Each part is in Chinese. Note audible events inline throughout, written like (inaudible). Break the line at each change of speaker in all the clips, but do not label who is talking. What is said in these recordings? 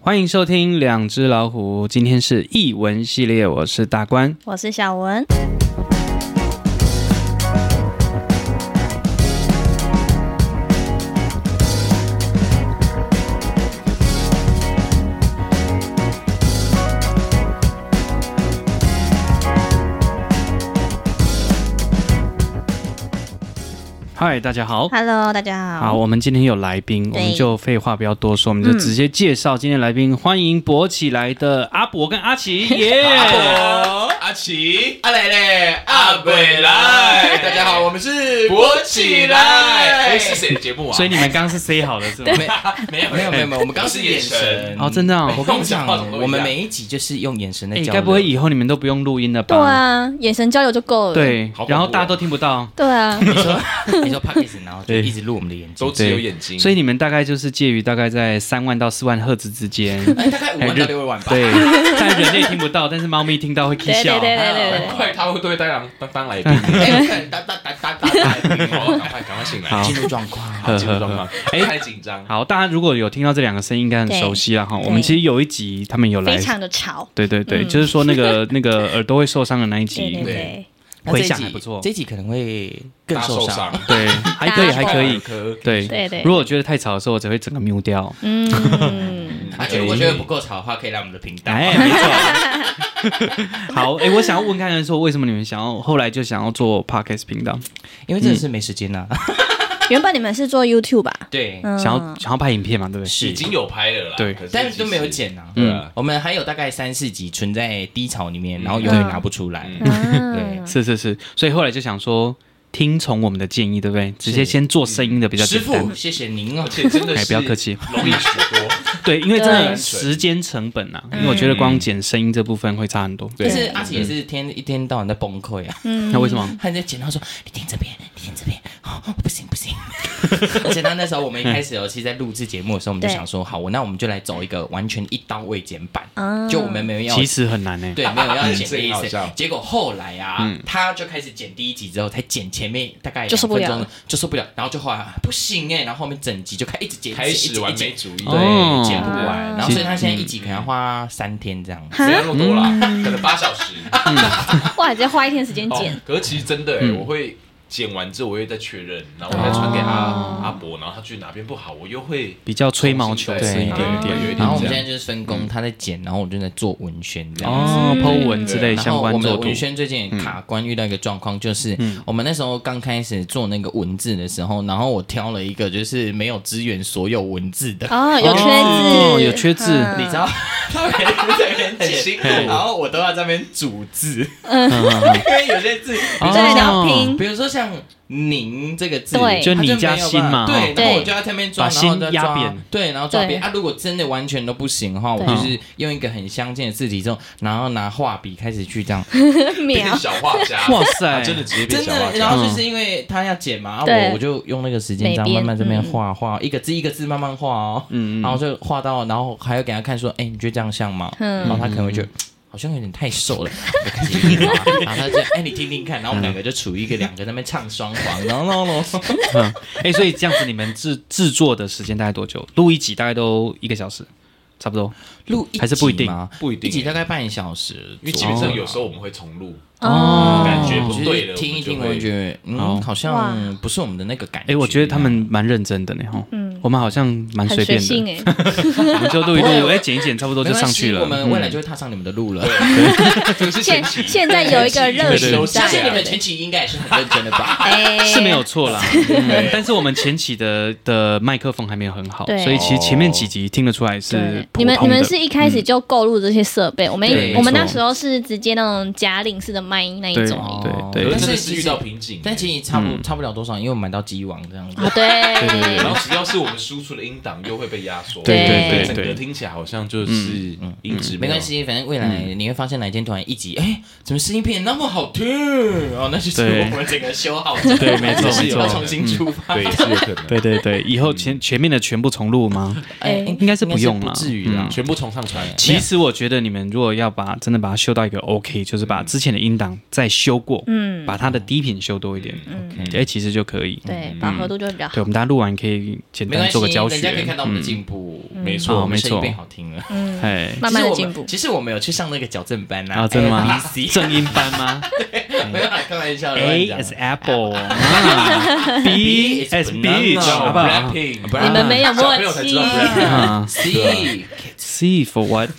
欢迎收听《两只老虎》，今天是译文系列，我是大关。
我是小文。
哦嗨，大家好。
Hello，大家好。
好，我们今天有来宾，我
对
们就废话不要多说，我们就直接介绍今天来宾。欢迎勃起来的阿伯跟阿
(laughs)
奇，耶、
阿奇、阿蕾蕾、阿伟来，大家好，我们是
勃起来
哎，是谁的节目啊？
所以你们刚刚是 say 好的是吗？
没有
没有没有没有，我们刚刚是眼
是眼
神
哦，真的哦
我。跟你讲
我们讲话怎么都一，样
我们每一集就是用眼神在
哎，
交流。
该不会以后你们都不用录音了吧？
对啊，眼神交流就够了。
对
好恐怖哦
然后大家都听不到，(laughs)
对啊，
你说你说 (laughs) p o d c a s t 然后就
对
一直录我们的眼睛
都，只有眼睛，
所以你们大概就是介于大概在三万到四万赫兹之间。
哎大概五万到六万吧。
对，但人类听不到，但是猫咪听到会 k
对对
笑。
对对对
难
对。
怪他会对当当当当来宾，
哎，哒哒哒哒哒
赶快赶快醒
好
来，
进入状况。
好进入状况，太紧张，
好，大家如果有听到这两个声音，应该很熟悉了哈。
对
我们其实有一集他们有来
非，常的吵。
对对对，
嗯
就是说那个那
(laughs)
个耳朵会受伤的那一
对对
集，
对，
那这一
回想
集
还不错
这一集可能会更
大
受伤。
伤，
对，还可以还可以，
可
对
对对
如果我觉得太吵的时候，我只会整个 mute 掉。
嗯，
而且如果觉得不够吵的话，可以来我们的频
(laughs)
道。
哎，没错。 (laughs) 好，哎，我想要问看看说，为什么你们想要后来就想要做 podcast 频道，
因为真的是没时间啊呐。
原本你们是做 YouTube 吧？
对，
嗯，
想要想要拍影片嘛，对不对？
已经有拍了啦，
对
可
但是都没有，剪啊。
对啊，
我们还有大概三四集存在低潮里面，
嗯
然后永远拿不出来。
嗯
(laughs)
嗯，
是是是，所以后来就想说，听从我们的建议，对不对？直接先做声音的比较
师
简单
傅，。谢谢您哦
而。且真的
哎，
是
不要客，气。
容易许多，
(laughs) 对，因为真的
对嗯
时间成本啊，因为我觉得光剪声音这部分会差很多。
但
对
是阿
嗯
奇也是天一天到晚在崩溃啊。
嗯
那为什么？
他就剪到说：“你听这边，你听这边，哦，不行不行。” (laughs) 而且他那时候我们一开始有其实在录制节目的时候，我们就
对
想说，好，我那我们就来走一个完全一刀未剪版，
啊
就我们没有要
其实很难欸呢。
嗯对没有要
(laughs)
剪
这
的
个
意
好
思
笑。
结果后来
嗯
啊，他就开始剪第一集之后，才剪前面大概
就受不了
两分钟就受不了，然后就后来啊不行哎，然后后面整集就开一直剪，
开
一直
始完
一直
美
剪
主义，
哦嗯
对，剪不完。
啊
然后所以他现在一集可能要花三天这样。
没有那么多啦，可能八小时。
哇，直接花一天时间剪
哦，。可是其实真的、欸，我会剪完之后，我会再确认，然后我再传给阿、阿伯，然后他觉得哪边不好，我又会
比较吹毛求
重
疵一
新
点
再
点
对有一点
然后我们
这
现
样。嗯
在就是分工，他在剪，然后我就在做文宣这样。
哦，剖文之类
然后
相
我
关
们的
做度
文。轩最近
嗯
也卡关，遇到一个状况，就是我们那时候刚开始做那个文字的时候，然后我挑了一个就是没有支援所有文字的，
哦，有缺
哦
字，
有缺字
嗯
你知道，他每天在那边
很 (laughs)
剪
辛苦
然后我都要在那边组字，
嗯
(laughs) 因为有些字，
哦
对，你要拼，
比如说像“您”这个字，
对
就你
它没有
加薪嘛
办法对，
对
然后我就要在那边抓，
把
然后
薪
再
压
抓
扁，
对，然后抓
对
扁。啊，如果真的完全都不行的话，我
对
就是用一个很相近的字体之后，然后拿画笔开始去
(laughs)
这样，
秒
变。小画家，
哇塞
他真的直接变
真
小画
的。然
家。
后就是因为他要剪嘛，啊
对
我我就用那个时间
美
这样
编
慢慢这边
嗯
画画，一个字一个字慢慢画哦，
嗯
然后就画到，然后还要给他看说，哎，你觉得这样像吗？然后
嗯，
他可能会觉得。好像有点
(laughs)
太瘦了，我开始一直画然后他就哎、你听听看，然后我们两个就处于一个两个在那边唱双簧，然后然后然后
嗯，哎，所以这样子你们制制作的时间大概多久？录一集大概都一个小时，差不多。
录一集
还是不一定
吗
不一定
一欸集大概半小时左右，
因为基本上有时候我们会重录，
哦
感觉不
就是
对了，
听一听，
我
我
们
就
就会
觉得
哦
嗯，好
哇
像不是我们的那个感觉。
哎，我觉得他们蛮认真的呢，哈。我们好像蛮
嗯很
随
随
便的
性，哎，
我们就录一
不
录，
会
哎，剪一剪，差不多
没
就
关
上
系
去了。嗯
我们未来就会踏上你们的路了。
这个是前
(laughs)
现
期，
现在有一个热情在
相信你们
啊，
前期应该也是很认真的吧？
哎，
是没有错
(laughs)
啦，嗯但是我们前期的的麦克风还没有很好，
对
所以其实前面几集听得出来是
对，
普
你
通的。嗯
们你们是一开始就购入这些设备，我们
对没
我们那
错
时候是直接那种假领式的麦那
(laughs)
一
对
种而已
对嗯对
可是真
但
的是
是其
遇
实
到瓶颈。欸嗯
但其实差不差不了多少，因为我买到鸡王这样子。
啊，
对
然
对
后只要是我们输出的音档又会被压缩，
对
对
所以
对
整个
对
听起来好像就是音质
没关，系，反正未来
嗯
你会发现哪一天突然一集，哎，怎么声音变得那么好听？哦，那就是
对
我们整个修好整个
对没错
就是
没错
要重新出发。
对，也是有可 (laughs) 能，
对对 (laughs) 对，以后嗯前前面的全部重录吗？
哎
应
应该是不用啦
不至于啦
嗯。
全部重上传。
其实我觉得你们如果要把真的把它修到一个 OK，就是把之前的音档再修过，
嗯
把它的低频修多一点，
嗯，
哎，其实就可以。
对，饱和度就会比较好
对，我。们大家录完可以简
没
单人做个教
人家可以
学嗯
看，到我们的进步，
没
啊
错
我们
没
声
错
音变好听了。
嗯，
哎
慢慢的进步
其实我们有去上那个矫正班
啊，真的吗 (laughs)
(laughs) A？B C，
正音班吗 (laughs)
(laughs) 没有啦开玩笑的。
？A
乱讲
is apple 啊 (laughs) ，B
is
is
banana
beach，好不好
rapping，
不然
你们没有默
小朋友才知
契
道，
啊 (laughs)
C，
？C for what？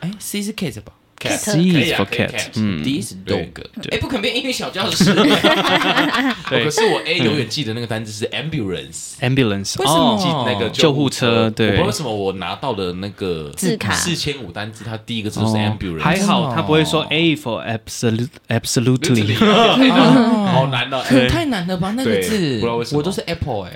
哎，C 是 cat 吧
C is
Cat
for
可以啊
cat，
可以
嗯，
？D 是 dog
对。
哎，不可能变英语小教
(laughs)
室，
哦可
对嗯
是我 A 永远记得那个单字是 ambulance。
，ambulance，
为什么
哦
记那个呃
救护车对
我不知道为什么我拿到的那个
字卡
四千五单字，它第一个字
哦
是 ambulance，
还
真的
好
哦
他不会说 A for absolute (laughs) absolutely，
好难哦，
可太难了吧？那个
对
字，
不知道为什么
我都是 apple 哎。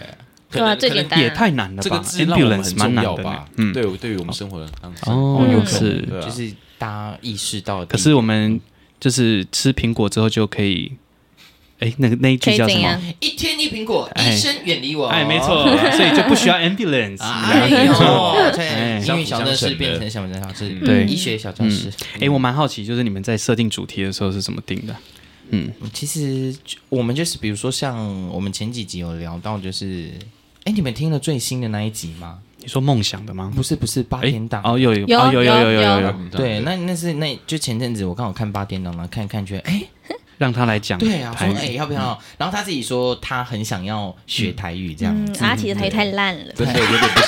对啊，最简单，
也太难了
这个
吧
字让我们
？ambulance
很
蛮
重
难
要
的呢
吧，？
嗯，
对对于我们生活的当中，
哦
嗯，
是，
对啊
就是大家意识到的地
可
方。
是我们就是吃苹果之后就可以，哎，那个那一
可
句
以
叫
怎
什
样
么？？
哎一天一苹果，
哎
医生远离我。
哎，没错，所以就不需要 ambulance。
哎
这样
呦，
哎
对，英语小教室变成小教室，
对
医学小教室。
哎，我蛮好奇，就是你们在设定主题的时候是怎么定的？
其实就我们就是，比如说像我们前几集有聊到，就是，哎，你们听了最新的那一集吗？
你说梦想的吗？
不是，不是八
哎
点档。
哦，有有
有
哦有有有
有
有有
啊
有，
对，那那是那就前阵子我刚好看八点档了，看一看觉得哎，
让他来讲
对啊，我
台
说哎
语。
要不要？然后他自己说他很想要学台语这样
嗯，阿奇的台语太烂了。
真的有点不
(laughs)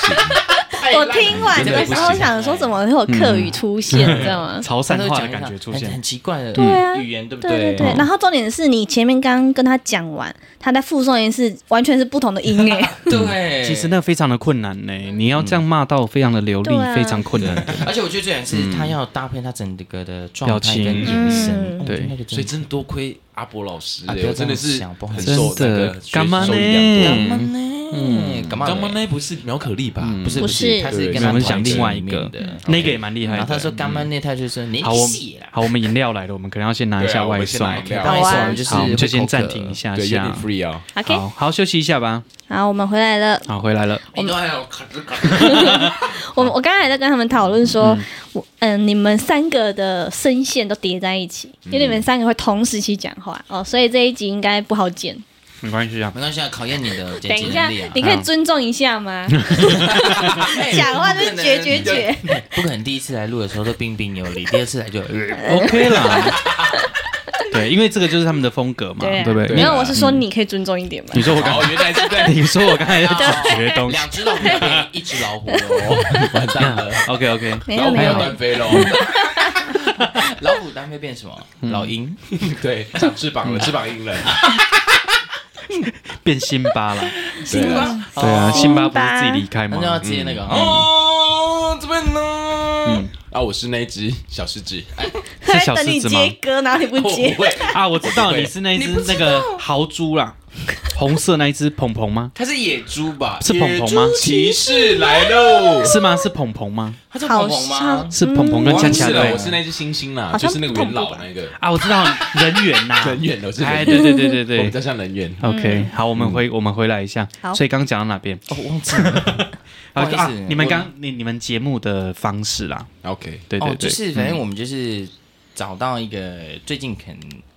行，
我听完的时候
真的不行
想说，怎么会有客
嗯
语
(laughs)
出现，你知道吗？
潮
他
汕
都
话
讲
的
一讲
感觉出
很
现
很奇怪的
对啊
语言，对不
对对对，
嗯
然后重点是你前面刚刚跟他讲完，他在附送音是完全是不同的音诶，
对，
其实那非常的困难呢，你要这样骂到非常的流利
对，啊
非常困难的。
(laughs) 而且我觉得最难是他要搭配他整个的状态
表情
跟眼神，
嗯
哦
对
那个真的
所以真多亏阿伯老师，哎
啊不要
我真的是
这样想不好意
很
思
受
真的
那个学
干嘛
受
呢
益良多
干嘛呢？嗯，干嘛
啊干嘛
呢？
呢？不是苗可丽吧？
嗯
不是
不是
他是
对
跟
我
他
们想另外一
团
个
体里面的，
那个也蛮厉害
嗯然
的。
后他说干嘛呢？他就说你
好，我
戏啦。
好，我们饮料来了，我们可能要先拿一
对
下
啊我
外
们先
送
拿。饮
OK
料
不好意思，我们就是
好，我们就
会口
先
渴
暂停一。下
对，有点
下。
free 啊。
(laughs)
OK，
好好休息一下吧。
好，我们回来了。
好，回来了。
我们还有卡吱卡吱，
我我刚才还在跟他们讨论说，我嗯，你们三个的声线都叠在一起，因为你们三个会同时期讲话哦，所以这一集应该不好剪。
没关系啊，
没关系啊，考验你的
等
剪辑
一下
能力啊，。
你可以尊重一下吗？讲话就是绝绝绝，
哎不可能第一次来录的时候都彬彬有礼，第二次
(laughs)
来就
OK 啦。 (laughs) 对，因为这个就是他们的风格嘛，
对啊
对不对？
没有，
对啊
我是说你可以尊重一点嘛
你。说我刚，
哦，原来是在
你 (laughs) 说我刚才在学东西。
两只老虎变一只老虎哦，完蛋了。
OK OK，
没 (laughs)
老
有
虎
没
要
有，
单飞
(laughs)
喽。
老虎单会变什么？
嗯
老鹰。
对，长翅膀了，翅膀硬了。
(laughs) 变辛巴了。
对啊，
对啊，辛
辛
巴
巴
不是自己离开
那就要
吗？
接那个哦，
哦，这边呢？
嗯
啊，我是那一只小狮子，哎
是
在
小
等
狮
你
子吗？
接歌，然后你不
我
接
不。会，
啊，我知道你是那一只那个豪猪啦，红色那一只鹏鹏吗？
它是野猪吧？
是鹏鹏吗？
骑士来喽！
哦
是吗？是鹏鹏吗？
它叫鹏鹏吗？哦
是鹏鹏
嗯
跟
我
恰
忘记
恰
了，
对
我。是那只猩猩啦，
好
就
像
是那个元老那个
啊，我知道人猿
(laughs)
呐，
人猿，我是
哎，
人
对对
猿，
对
我
对
们
对
叫像人猿。
，OK，好，我们回我们回来一下。
好
所以刚讲到哪边？
嗯哦，忘记了。不好意思
啊，你们
我
刚你你们节目的方式啦，
OK，
嗯对
哦
对，
就
对，
是反正我们就是找到一个最近肯。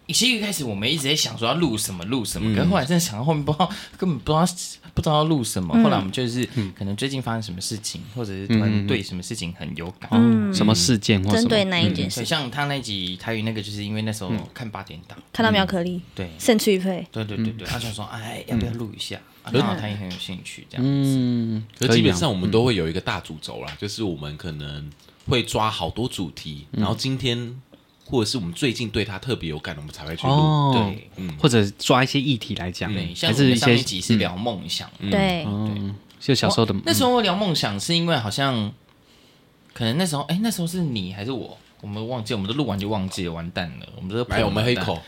其实一开始我们一直在想说要录什么录什
嗯
么，可是后来真的想到后面不知道根本不知道不知道要录什
嗯
么。后来我们就是可能最近发生什么事情，或者是突然对什么事情很有感。
嗯，什么事件或什
针
么
对哪一件
所
事
以？像他那集台语那个，就是因为那时候看八点
嗯
档，
看到苗可丽，
对
胜出一配，
对对对对，他就说哎要不要录一下？啊刚好他也很有兴趣这样。
嗯，
可是
可
基
以
本
啊
上我们都会有一个大主轴啦，就是我们可能会抓好多主题，
嗯
然后今天或者是我们最近对它特别有感，我们才会去录。
哦，
对，
或者抓一些议题来讲
对，，像
还
我
是
们
一
上
些
一集是聊梦想，
对，
嗯，就小时候的
哦那时候聊梦想是因为好像，可能那时候哎，那时候是你还是我？我们忘记，我们都录完就忘记了，完蛋了。我们这个
来，我们喝一 (laughs) 口，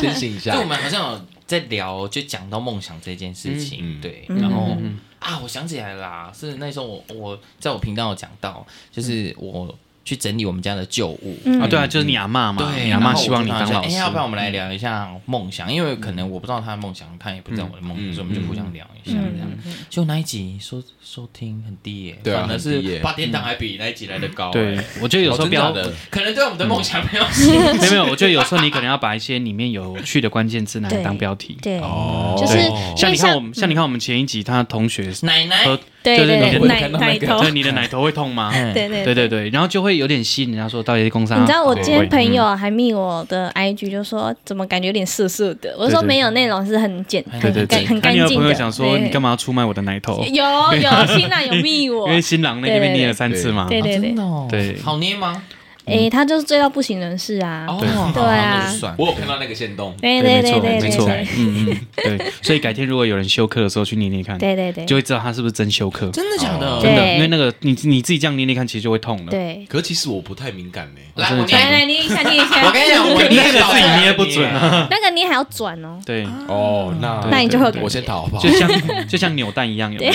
先醒一
就
下
我。们好像有在聊，就讲到梦想这件事情，
嗯嗯
对，然后、啊，我想起来啦，是那时候我我在我频道有讲到，就是我去整理我们家的旧物。
嗯
啊，对啊，就是你阿妈嘛，
对，
你阿
然
妈
后
希
我
望
就
你
跟
当
她说
老
哎，
师，嗯
要不然我们来聊一下梦想，因为可能我不知道他的梦想，他也不知道我的梦想，所以我们就互相聊
嗯
一下这样。就那一集收收听很低耶，
对啊
反而
很低
是
耶
八点档还比那一集来的高。
对，我觉得有时候
哦
不要
真的假的
可能对我们的梦想没有兴趣。
(laughs) 没有没有，我觉得有时候你可能要把一些里面有趣的关键字拿来
对
当标题。
对，
哦
就是
对
因为
像你看
像嗯
我们，像你看我们前一集他同学
奶奶，
喝，
对
就是
对
你
对，
的
奶
看到
奶
那个
头，
对你的奶头会痛吗？
(laughs)
嗯
对对
对对对，然后就会有点吸引人家说嗯到底是工伤。哦
你知道我今天
对
朋友还密我的 IG 就说怎么感觉有点涩涩的，我就说
对对
没有，那种是很简
对对
很干
对，
很
他
干
女儿
净
朋
的。
友想说
对
你干嘛要出卖我的奶头？
有有新郎有密我
因，为新郎那个被捏了三次嘛。
对对对
真的哦
对
好捏吗？
诶，他就是醉到不省人事啊，
哦，
对
好
对啊
那就算
我有看到那个线动，
对
哦对
对
没
对
错没
对对
错
对，
嗯嗯，对，所以改天如果有人休克的时候去捏捏看，
对对对
就会知道他是不是真休克。
真的哦假的？
对
真的，因为那个你你自己这样捏捏看，其实就会痛了。
对，
可其实我不太敏感欸呢。
来，
真
我
的
捏
假
来来捏一下捏一下，
我跟你讲，我捏
那个自己捏不准
(laughs) 啊。
(laughs) 那个捏还要转哦，
对，
哦，那
对
那你就会有感觉
我先逃好不好嗯
就？像就像扭蛋一样，有没有？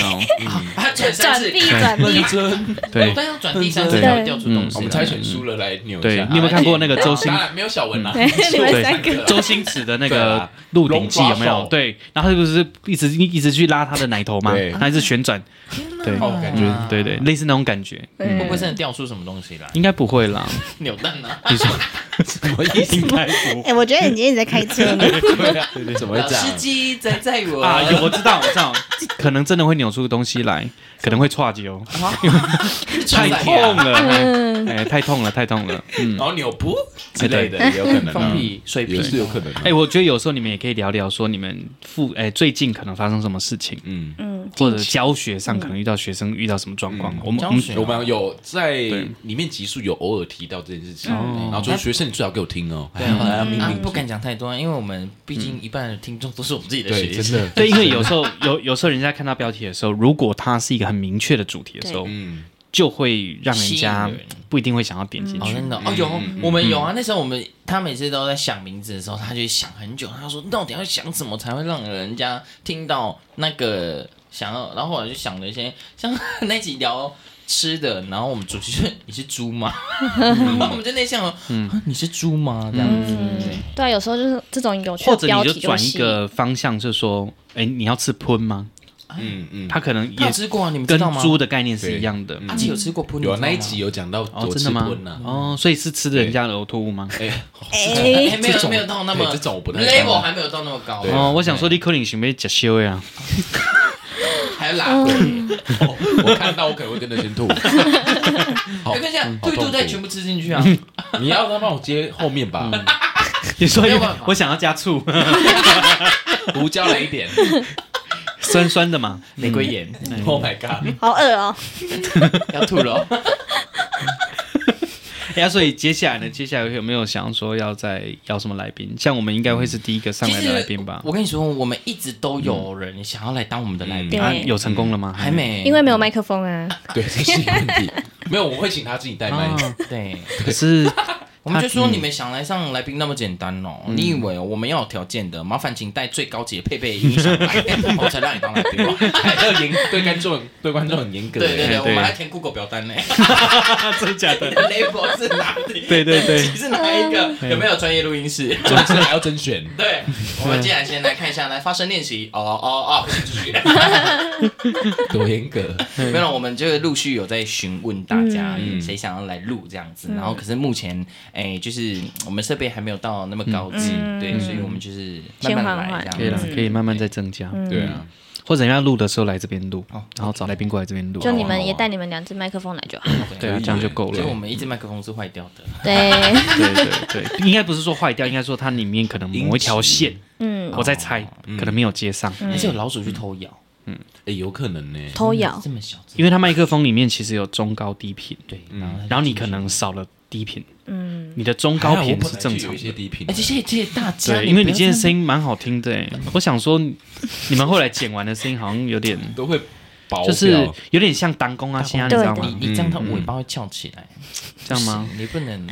他转三
转
次
臂，转臂，
真，
(laughs) 对
但要转第三次
对
才会掉出东
嗯
西。
我们猜拳输了来扭一
对
下。，啊
你有没有看过那个周星
当？然没有小文啦，啊 (laughs)
对你们哎 (laughs) 三个
对，周星驰的那
对
个
啊
《鹿鼎记》
龙
有
抓
没有
手？
对，然后他不是一直一直去拉他的奶头嘛
对，
他一直旋转，对嗯
哦，感觉
啊
对对，类似那种感觉，
嗯
会不会真的掉出什么东西来？
应该不会
(laughs)
啦，
扭蛋呢？
你说什么意思？应该不
哎，我觉得你今天在开车呢，
怎么会
老
这
司
样？
机在载
(laughs)
我
啊，有我知道，我知道，可能真的会扭出东西来，可能会岔脚，太
啊
痛了，
嗯
哎哎，太痛了，太痛了，嗯
然。后扭不之类的，哎也有可能啊。
放屁水屁
也是有可能啊。
哎、我觉得有时候你们也可以聊聊，说你们父哎、最近可能发生什么事情，
嗯，
嗯，
或者教学上可能遇到学生遇到什么状况。我们我
嗯教
们
学
我们有在里面集数有偶尔提到这件事情，然后
哦
就是学生，你最好给我听哦。
对啊，啊不敢讲太多，因为我们毕竟一半的听众都是我们自己的
对，
学
哎真
生。
的，
对，因为有时候有有时候人家看到标题的时候，如果它是一个很明确的主题的时候，
嗯，
就会让人家
吸引人
不一定会想要点进
哦，
嗯
去。
真的哦，有我们有啊。那时候我们他每次都在想名字的时候，他就想很久，他说到底要想什么才会让人家听到那个想要。然后我就想了一些，像那集聊吃的，然后我们主题就是你是猪吗？
嗯
然 (laughs) 后我们就内向了，啊你是猪吗？这样子。
嗯， (laughs) 对啊，有时候就是这种有趣
或
的
者
标
你就
题会
转一
吸引
个方向，就是说，哎、你要吃喷吗？
嗯嗯，
它可能
他有
也
吃过啊，你们知
跟
道吗？
猪的概念是一样的。
阿吉有吃过葡萄
有啊
吗
那一集有讲到
哦，
我
真
吃
的吗
荤？
啊
呐，
哦，所以是吃人家的呕吐物吗？
哎，
哎，
(laughs)
哎，
没
这
有
种
没有到那么
对这种我不太啊
level 还没有到那么高
对啊
哦，我想说你可能想要吃烧的啊。 (laughs)
还有拉龟，
(laughs) 我看到我可能会跟着先吐。好
没关系啊，
好
吐一吐
痛
再
苦
全部吃进去
嗯
啊。
你要他帮我接后面吧，
你说
没有办法
我想要加醋， (laughs)
胡椒来一点。
酸酸的嘛。
玫瑰盐
Oh my
(laughs)
god！
好饿哦，
嗯 (laughs)
要吐了哦。
(laughs) 哎呀，所以接下来呢？接下来有没有想说要再邀什么来宾？像我们应该会是第一个上
其
来
实
的来宾吧？
我跟你说，我们一直都有人想要来当我们的来宾，
对
啊，有成功了吗？
嗯还。没，
因为没有麦克风啊，
对，这是一个问题。没有，我会请他自己带麦
啊。， (laughs)
对，
可是
我们就说你们想来上来宾那么简单哦？
嗯
你以为我们要有条件的？麻烦请带最高级的配备音响来， (laughs) 我才让你当来宾哦。
还要严对观众对观众很严格。
对
(laughs) 对
对对，我们还填 Google 表单呢。 (laughs)
啊真的假
嗯
的？
level 是哪里？
对对对嗯
你是哪一个？有没有专业录音室？
总之还要甄选。
(laughs)
对，我们接下来先来看一下，来发声练习。哦哦哦，继续。
多严格？
(laughs) 没
嗯
有，我们就陆续有在询问大家
嗯
谁想要来录这样子，
嗯
然后可是目前哎，就是我们设备还没有到那么高级，
嗯
对，
嗯
所以我们就是慢
先
慢
缓
来
缓
可以
这
啦
样子。，
可以慢慢再增加，
对啊，
或者人家录的时候来这边录，然后找来宾过来这边录，
就你们也带你们两只麦克风来就好。
对啊，这样就够
所以我
了。
们一支麦克风是坏掉的，
对，
对对对，应该不是说坏掉，应该说它里面可能某一条线，
嗯，
我在猜，可能没有接上，
还是有老鼠去偷咬，
哎，有可能呢。
偷咬，
这么小只，
因为它麦克风里面其实有中高低频，
对，然后
嗯然后你可能少了低频，
嗯，
你的中高频是正常
有一些
的。
低频
哎，。这些这些大家，
对，因为你今天
声
声音蛮好听的欸，我想说你们后来剪完的声音好像有点
都会包
就
掉
是有点像当工啊，现在你知道
对
吗
对？
你你这样它尾巴会翘起来，
这样嗯吗？
你
(laughs)
不能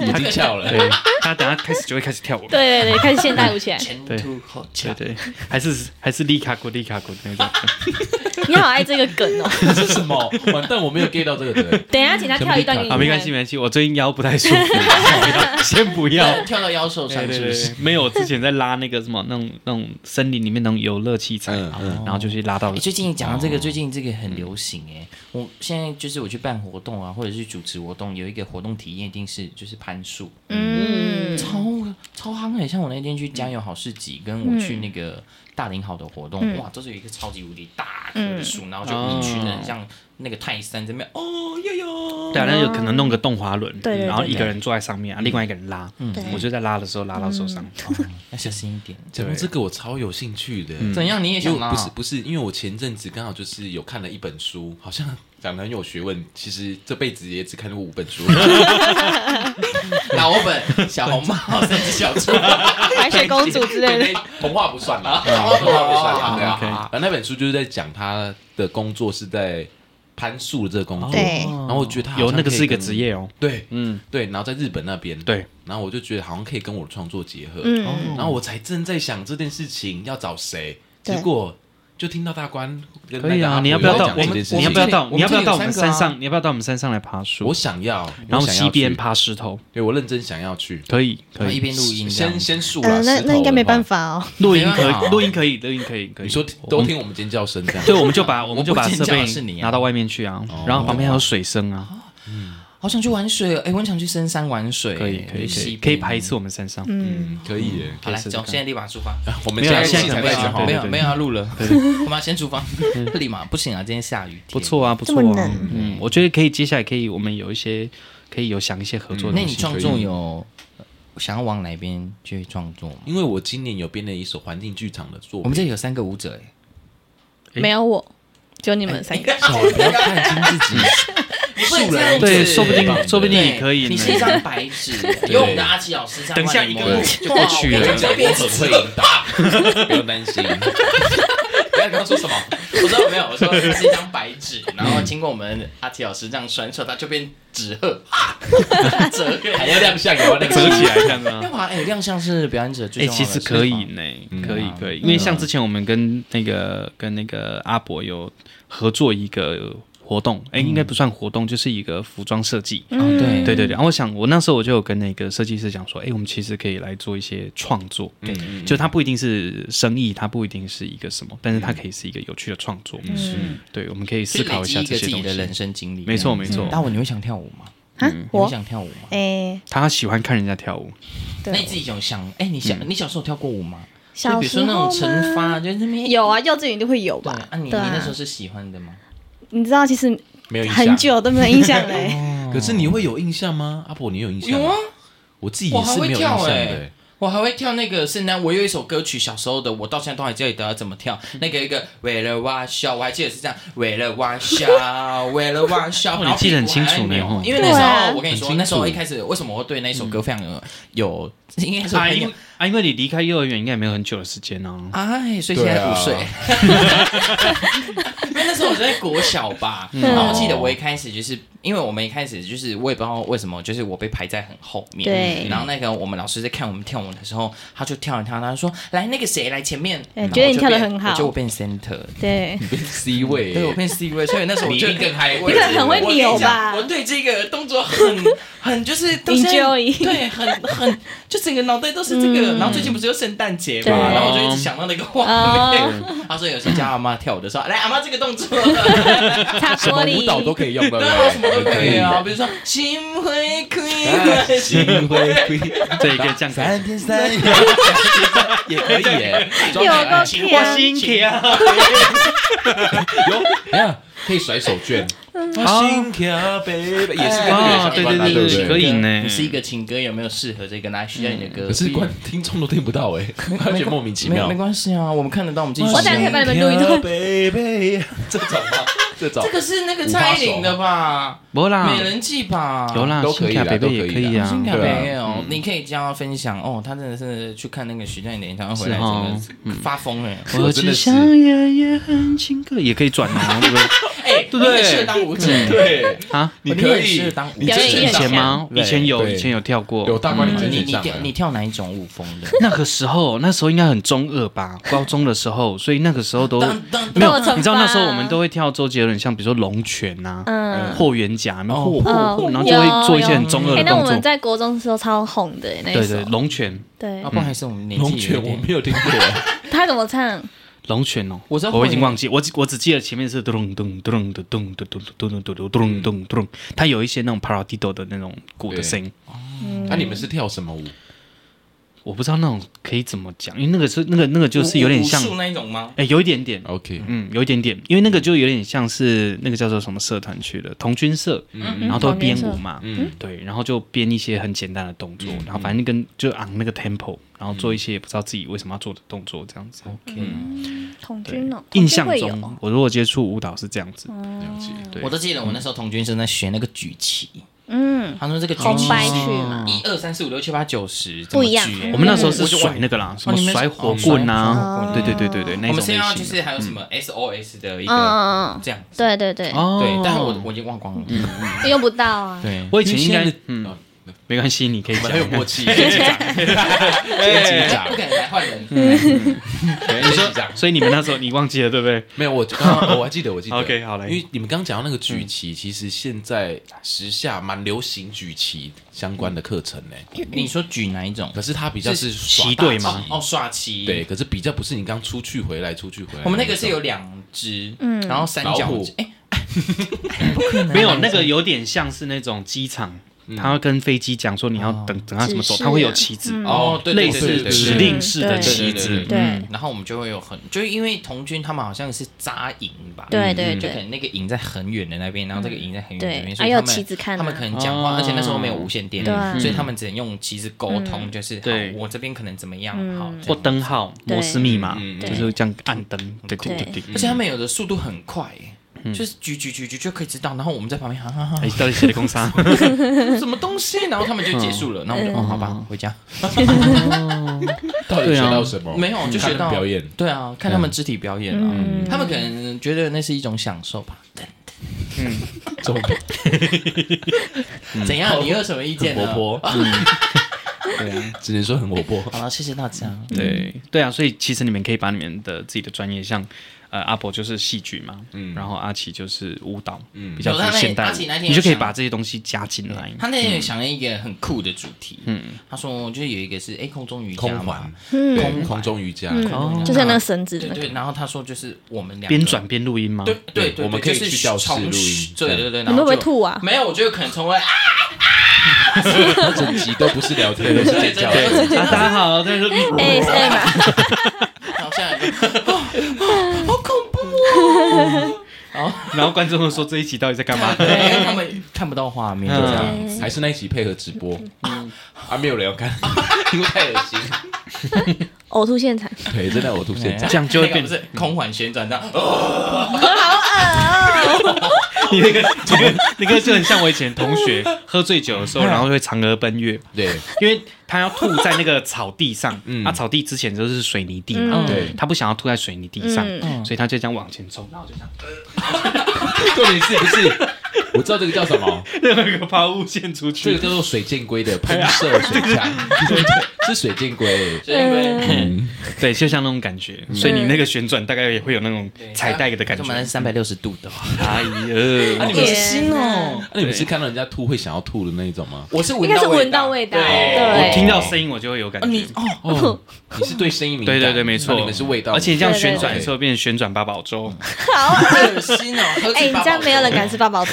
已经翘了，
对，他等下开始就会开始跳舞。
对对对，开始现代舞起来。
前
对
凸后翘
对。对，还是还是利卡古利卡古那种。
(laughs) 你好爱这个梗哦！
(laughs) 这是什么？完蛋，我没有 get 到这个的。
等一下请他跳一
(laughs)
段给你
啊，
看。
没关系，没关系，我最近腰不太舒服，先不要。
跳到腰受
对
伤
对
是不是
对，？没有，我之前在拉那个什么，那种那种森林里面那种游乐器材，
嗯嗯
然后就去拉到
欸。最近讲到这个，最近这个很流行哎、我现在就是我去办活动啊，或者是主持活动，有一个活动体验一定是就是攀树，
嗯，
超超夯哎、像我那天去加油好市集，跟我去那个大林好的活动，哇，都是有一个超级无敌大棵的树，然后就一群人像那个泰山这边哦哟哟，
对啊，那有可能弄个动滑轮，
对对对
然后一个人坐在上面啊，另外一个人拉，我就在拉的时候拉到手上。
要小心一点。
讲到这个，我超有兴趣的。
嗯
怎样你也想
因为
拉、
不是不是，因为我前阵子刚好就是有看了一本书，好像讲的很有学问。其实这辈子也只看过五本书，
老本、小红帽、三只小猪，
白雪公主之类
(laughs)
的。
童话不算啦，童话不算
哦
啦。对
OK
啊，然后那本书就是在讲他的工作是在攀树的这个工作，
哦
对
然后我觉得他好像
有那个
可以
是一个
跟
职，业哦，
对
嗯，
对，然后在日本那边，
对，
然后我就觉得好像可以跟我的创作结合，
嗯，
然后我才正在想这件事情要找谁，
对
结果就听到大关跟
可以
那个阿
啊。
婆
你要不要到
讲
我
这
们
件？事情
你要不要到？
我们这里
你要不要到我们
有三
山
个啊
上？你要不要到我们山上来爬
我
树？
想要，
然后
我想要
西边
去，
爬石头，
对我认真想要去，
可以可
然后一
以。
边录音这样
先。先树啦
呃，，那
石头
那应该没办
的话。
法哦。
录音可
没办法啊
以，录音可以，录音可以，可以。
你说
我
都
们
听我们尖叫声这样，
对，我们就把我们就把
(laughs) 我不
设
尖叫
备
是你啊
拿到外面去啊
哦，
然后旁边还有水声啊，
好想去玩水哦，哎、我很想去深山玩水，
可以可以可
去哎西
以，
边
可以排一次我们山上。
嗯，可以耶。
好来，
试试
走，
看
现在立马出发。
(laughs)
哎
我们
没有
现在
现在
器
可
材
能不
备
行
好
对
了，
对
啊没有
对嗯
没有要录了，我们要先出发。立马不行啊，今天下雨天。
不。错啊，不错
这么
啊
冷，
嗯，我觉得可以，接下来可以，我们有一些可以有想一些合作的
那
东
你
西。
创作有呃想要往哪边去创作吗？
因为我今年有编了一首环境剧场的作
我们
品，
这里有三个舞者哎，
没有我，就你们三
哎
个。
不要看清
(laughs)
自己，
素
人
对，说不
对
定说不定也可以呢。
你是
(laughs)
一张白纸，有我们的阿奇老师在。
等一下一个人就过去
我
了
跟你讲，我很会引导， (laughs) 不用担心。
刚刚说什么？我说没有，我
(laughs)
说它是一张白纸，然后经过我们阿奇老师这样甩手，它就变纸鹤，
(laughs)
(laughs) 折鹤
还要亮相，有
(laughs)
那个
折起来这样
要
啊。
吧？哎，亮相是表演者
哎，
最重
其
要的
实
事
可以呢
嘛
嗯，
可以
啊
可以，因为像之前我们跟那个跟那个阿伯有合作一个活动，哎，
嗯
应该不算活动，就是一个服装设计。
哦对
对对对，然后我想，我那时候我就有跟那个设计师讲说，哎，我们其实可以来做一些创作，
嗯嗯
就它不一定是生意，它不一定是一个什么，但是
嗯
它可以是一个有趣的创作。嗯，对，我们可以思考一下这
就是
些
累积
东
一个自己的人
西。
生经历。
没错没错
嗯大伟，你会想跳舞吗？
啊，
你会
我
想跳舞吗？
哎，
他喜欢看人家跳舞，
那你
对，
自己有想？哎，你
嗯
小你小时候跳过舞吗？就
小
比如说
时
那
候
种
吗
惩罚，就是那边
有啊，幼稚园一定会有
对
吧
啊，？你你
对啊
那时候是喜欢的吗？
你知道，其实
没有印象
很。久都没有印象
欸
嘞。
可是你会有印象吗？阿婆，你有印象？
有啊，
我自己也是没有印象
我还会跳
的
欸。
(laughs)
我还会跳那个圣诞，我有一首歌曲，小时候的，我到现在都还记得要怎么跳。
嗯
那个一个为了哇笑，我还记得是这样，为了哇笑， (laughs) 为了哇笑。
哦
然后
你记得很清楚呢
屁股还扭
哦
因为那时
对
候
啊
我跟你
很清
说，
楚
那时候一开始为什么我对那首歌非常有有，应该是
嗯啊，
朋
因
友
为啊，因为你离开幼儿园应该也没有很久的时间哦。
哎，所以现
啊
在五岁
对。
因 (laughs) 为那时候我在国小吧，然后我
哦
记得我一开始就是因为我们一开始就是我也不知道为什么，就是我被排在很后面。嗯
对
然后那个我们老师在看我们跳舞的时候，他就跳了跳，他说：“来，那个谁来前面。”
对
然后
觉得你
我就
跳
变
得很好
我觉得我变 center。
对，
你变 C 位欸，
对，我变 C 位，所以那时候我就
你一定更嗨
我
你可能很会扭吧
我跟你讲我对这个动作很很就是都是
Enjoy
(laughs)
嗯
对，很很就整个脑袋都是这个。然后最近不是有圣诞节
对
嘛，然后我就一直想到那个画
哦
面。他说有时候教阿妈跳舞的时候，来阿妈这个动作，
擦
什么
玻
舞蹈都
璃。
可以用的，
对 (laughs) 啊，什么都可以啊，。比如说心会亏，
心会亏，
对，可以这样看。
三天三夜也可以耶，
有
哎
够
我
甜，
心跳，
有，等一下可以甩手绢，我心跳，baby，也是跟音乐
哦，
啊
相
对
关
对对
的，对
对
不
对，
对
可以呢
你。嗯是一个情歌，有没有适合这个来需要你的歌？
可是观听众都听不到哎，他觉得莫名其
没有
妙
没。关系啊，我们看得到我们自己。
我等下可以帮你们录一段
baby，这种吗？这种
这个是那个蔡依林的吧？
没啦，
美人计吧？
有啦，
都可以
新
啦
卡北北也可以
都
啊
新。感
对啊
没有，哦你可以这样分享哦。他真的是去看那个徐佳莹的演唱会回来，
是哦
真的发疯了。
我
我
真的
只
是
想夜夜哼情歌，也可以转啊，对不对？
哎，
对不对
你很适合当舞者，
对，
啊，
你可
嗯你也
以
是当，
你
表
这
演
是
艺
以
人
前吗？
对
以前有，
对
以前有跳过，
有大关你
你
真
你
的
你
上
跳
来
嗯你跳哪一种舞风
(laughs)
的？
那个时候，那时候应该很中二吧，高中的时候，所以那个时候都
当当
没有
破城。吧
你知道那时候我们都会跳周杰伦，像比如说《龙拳》呐，
嗯
《霍元甲》，然后
哦
霍，
嗯
然后就会做一些很
有
中
有
二
哎
的
那我
动
们
作。
在国中的时候超红的那一
对
首
对，，龙拳，
对
啊，，不还是我们年
龙
纪有
泉
一
我
点。
没有听过，
他怎么唱？
龙拳哦，
我知道
我已经
霍元
忘记，我只我只记得前面是咚咚咚咚咚咚咚咚咚咚咚咚咚咚，它有一些那种 paradido 的那种鼓的
对
声音。
那啊你们是跳什么舞？
我不知道那种可以怎么讲，因为那个是那个那个就是有点像
武，术那一种吗？
哎、有一点点，
OK，
嗯，有一点点，因为那个就有点像是那个叫做什么社团去的童军社，然后都会编舞嘛，
嗯
对，然后就编一些很简单的动作，然后反正跟就昂那个 tempo，然后做一些也不知道自己为什么要做的动作这样子。
童
对
军哦，
印象
童军会有
中，我如果接触舞蹈是这样子，
了解。
对
我都记得我那时候童军生在学那个举旗，
嗯，
他说这个举
红
旗
白曲嘛，
一二三四五六七八九十
不一样
怎么举欸
我们那时候是
我就忘
甩那个啦，什
哦
么
你们
甩
是
火
哦
棍
甩火
啊，
棍
对对对对对，那
我
种
们
类
现在就
型
是
的。
还有什么 SOS 的一
嗯
个
嗯嗯，
这样，
对对对，
哦嗯
对，但是我我已经忘光了。
用不到啊，
对，
我以前应
因为
该
现在
嗯
啊
没关系，你可以
我
讲
们很有默契，先击掌，
哎
先击掌
不，可能来换人。
嗯
对先击
哎
掌。
所以你们那时候你忘记了对不对？
没有，我刚刚我还记得，我记得。
OK，好来
因为你们刚刚讲到那个举旗，其实现在时下蛮流行举旗相关的课程呢。
你说举哪一种
可？是它比较是
嗯是
耍
旗
大
队
旗
吗
哦，耍旗。
对，，可是比较不是你刚出去回来，出去回来。
我们那个是有两只，嗯，然后三
老
角
虎
鸡。哎， (laughs) 啊
没有，那个有点像是那种机场，
嗯
他会跟飞机讲说你要等等他什么时候，
指示
他会有旗子，
哦，对，对
类
对对
似
对
指
对
令式的
对
旗子。
嗯对
嗯
然后我们就会有很，就是因为童军他们好像是扎营吧，
嗯
对对
就可
对
能那个营在很远的那边，然后这个营在很远的那
对，
边，所
还
以
有
他
旗
们
子看
他们
啊
可，能讲话，
哦嗯
而且那时候没有无线电
对啊，
所以他们只能用旗子沟通，就是好
对
我这边可能怎么样，好
嗯
或
这样。
灯号、
对
摩斯密码，
嗯
对
就是这样按灯。对对
对
对对。
而且他们有的速度很快，
嗯
就是举举举举就可以知道，然后我们在旁边哈哈哈
哎，到底写的工商？
什么东西，然后他们就结束
嗯
了，然后我们就
嗯
哦好吧，回家。
到底
对
学
啊
到什么？
没有，就学到
哦嗯看表演。嗯
对啊，看他们肢体表演啊，
嗯
他们可能觉得那是一种享受吧。
嗯
(laughs)
中
怎样？你有什么意见呢？
嗯很活泼，
对啊，
只能说很活 (laughs) 泼。
好了，谢谢大家。
嗯
对对啊，所以其实你们可以把你们的自己的专业，像呃阿伯就是戏剧嘛，
嗯
然后阿奇就是舞蹈，
嗯
比较
有他那
现代
阿奇那
舞，
天
你就可以
有想
把这些东西加进来。
他那天有想了一个很酷的主题，嗯，他说就是有一个是哎空中瑜伽
空
嘛
环，，对，
环
空中瑜
嗯
伽，
哦
就是那个绳子
对
那个，
对，然后他说就是我们两个
边转边录音吗？
对对
对
对，
我们可以
就是
去教室
从
录音
对对对，
你
然
们会
后
不会
就？
吐啊？
没有，我觉得可能从会啊，
整集都不是聊天，都是尖叫。
嗯对
(laughs)
对
啊，大家好，
(laughs)
但是
哎
ASM 啊，
然后下来就
(laughs)
哦哦好恐怖哦，
然后观众会说这一集到底在干
(laughs)
(laughs)
嘛？
对，啊因为他们看不到画面，
嗯
这样
对还是那一集配合直播，
嗯
啊，没有人要看， (laughs) 因为太恶心。
呕吐现场，
对，真的我吐现场。
这样就会变嗯
(laughs) 那个不是空环旋转这样，哦
你那个，你那个，你那个就很像我以前同
(laughs)
学喝醉酒的时候，然后会嫦娥奔月，
对，啊
因为他要吐在那个草地上，
嗯
啊，草地之前就是水泥地嘛，
嗯
对
他不想要吐在水泥地上，
嗯
所以他就这样往前冲，然后就这样，
重点是不是？我知道这个叫什么，
那个抛物线出
这个
去，
叫做水箭龟的喷射水枪， (laughs) 是水箭龟。
所以因为
嗯对，就像那种感觉，所以你那个旋转大概也会有那种彩带的感
这
觉
么。难三百六十度的哦，
哎呀，
们是新哦，
啊那你们是看到人家吐会想要吐的那一种吗？
我是闻
应该是
到
闻到味道，
对，
我
对，
听到声音我就会有感
哦你
觉。
哦，
哦，你是对声音敏感，
对对对，没错，
那你们是味道，
而且你这样旋转的
对对对
时候变成旋转八宝粥，
好恶心哦，喝
哎，
起哦
你
八宝粥
这样没有人敢吃八宝粥，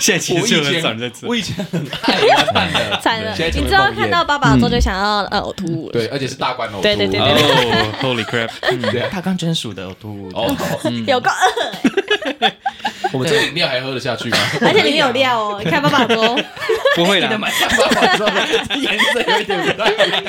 现在其
我
实就
以
有人转在
前
吃
我。以前很爱玩饭的，
惨了，
现在
你
成为
知道
梦魇
看到八宝粥就想要呃呕吐了，
对，而且是大罐呕吐，
对对对对
哦，Holy crap！
大刚真属的呕吐物，
哦，
有个
我们嗯这饮料还喝得下去吗？
(laughs) 而且里面有料哦，你看爸爸粥，
不会
你
啦
的，蛮像爸爸说的，颜色有一点不太一样。
(laughs)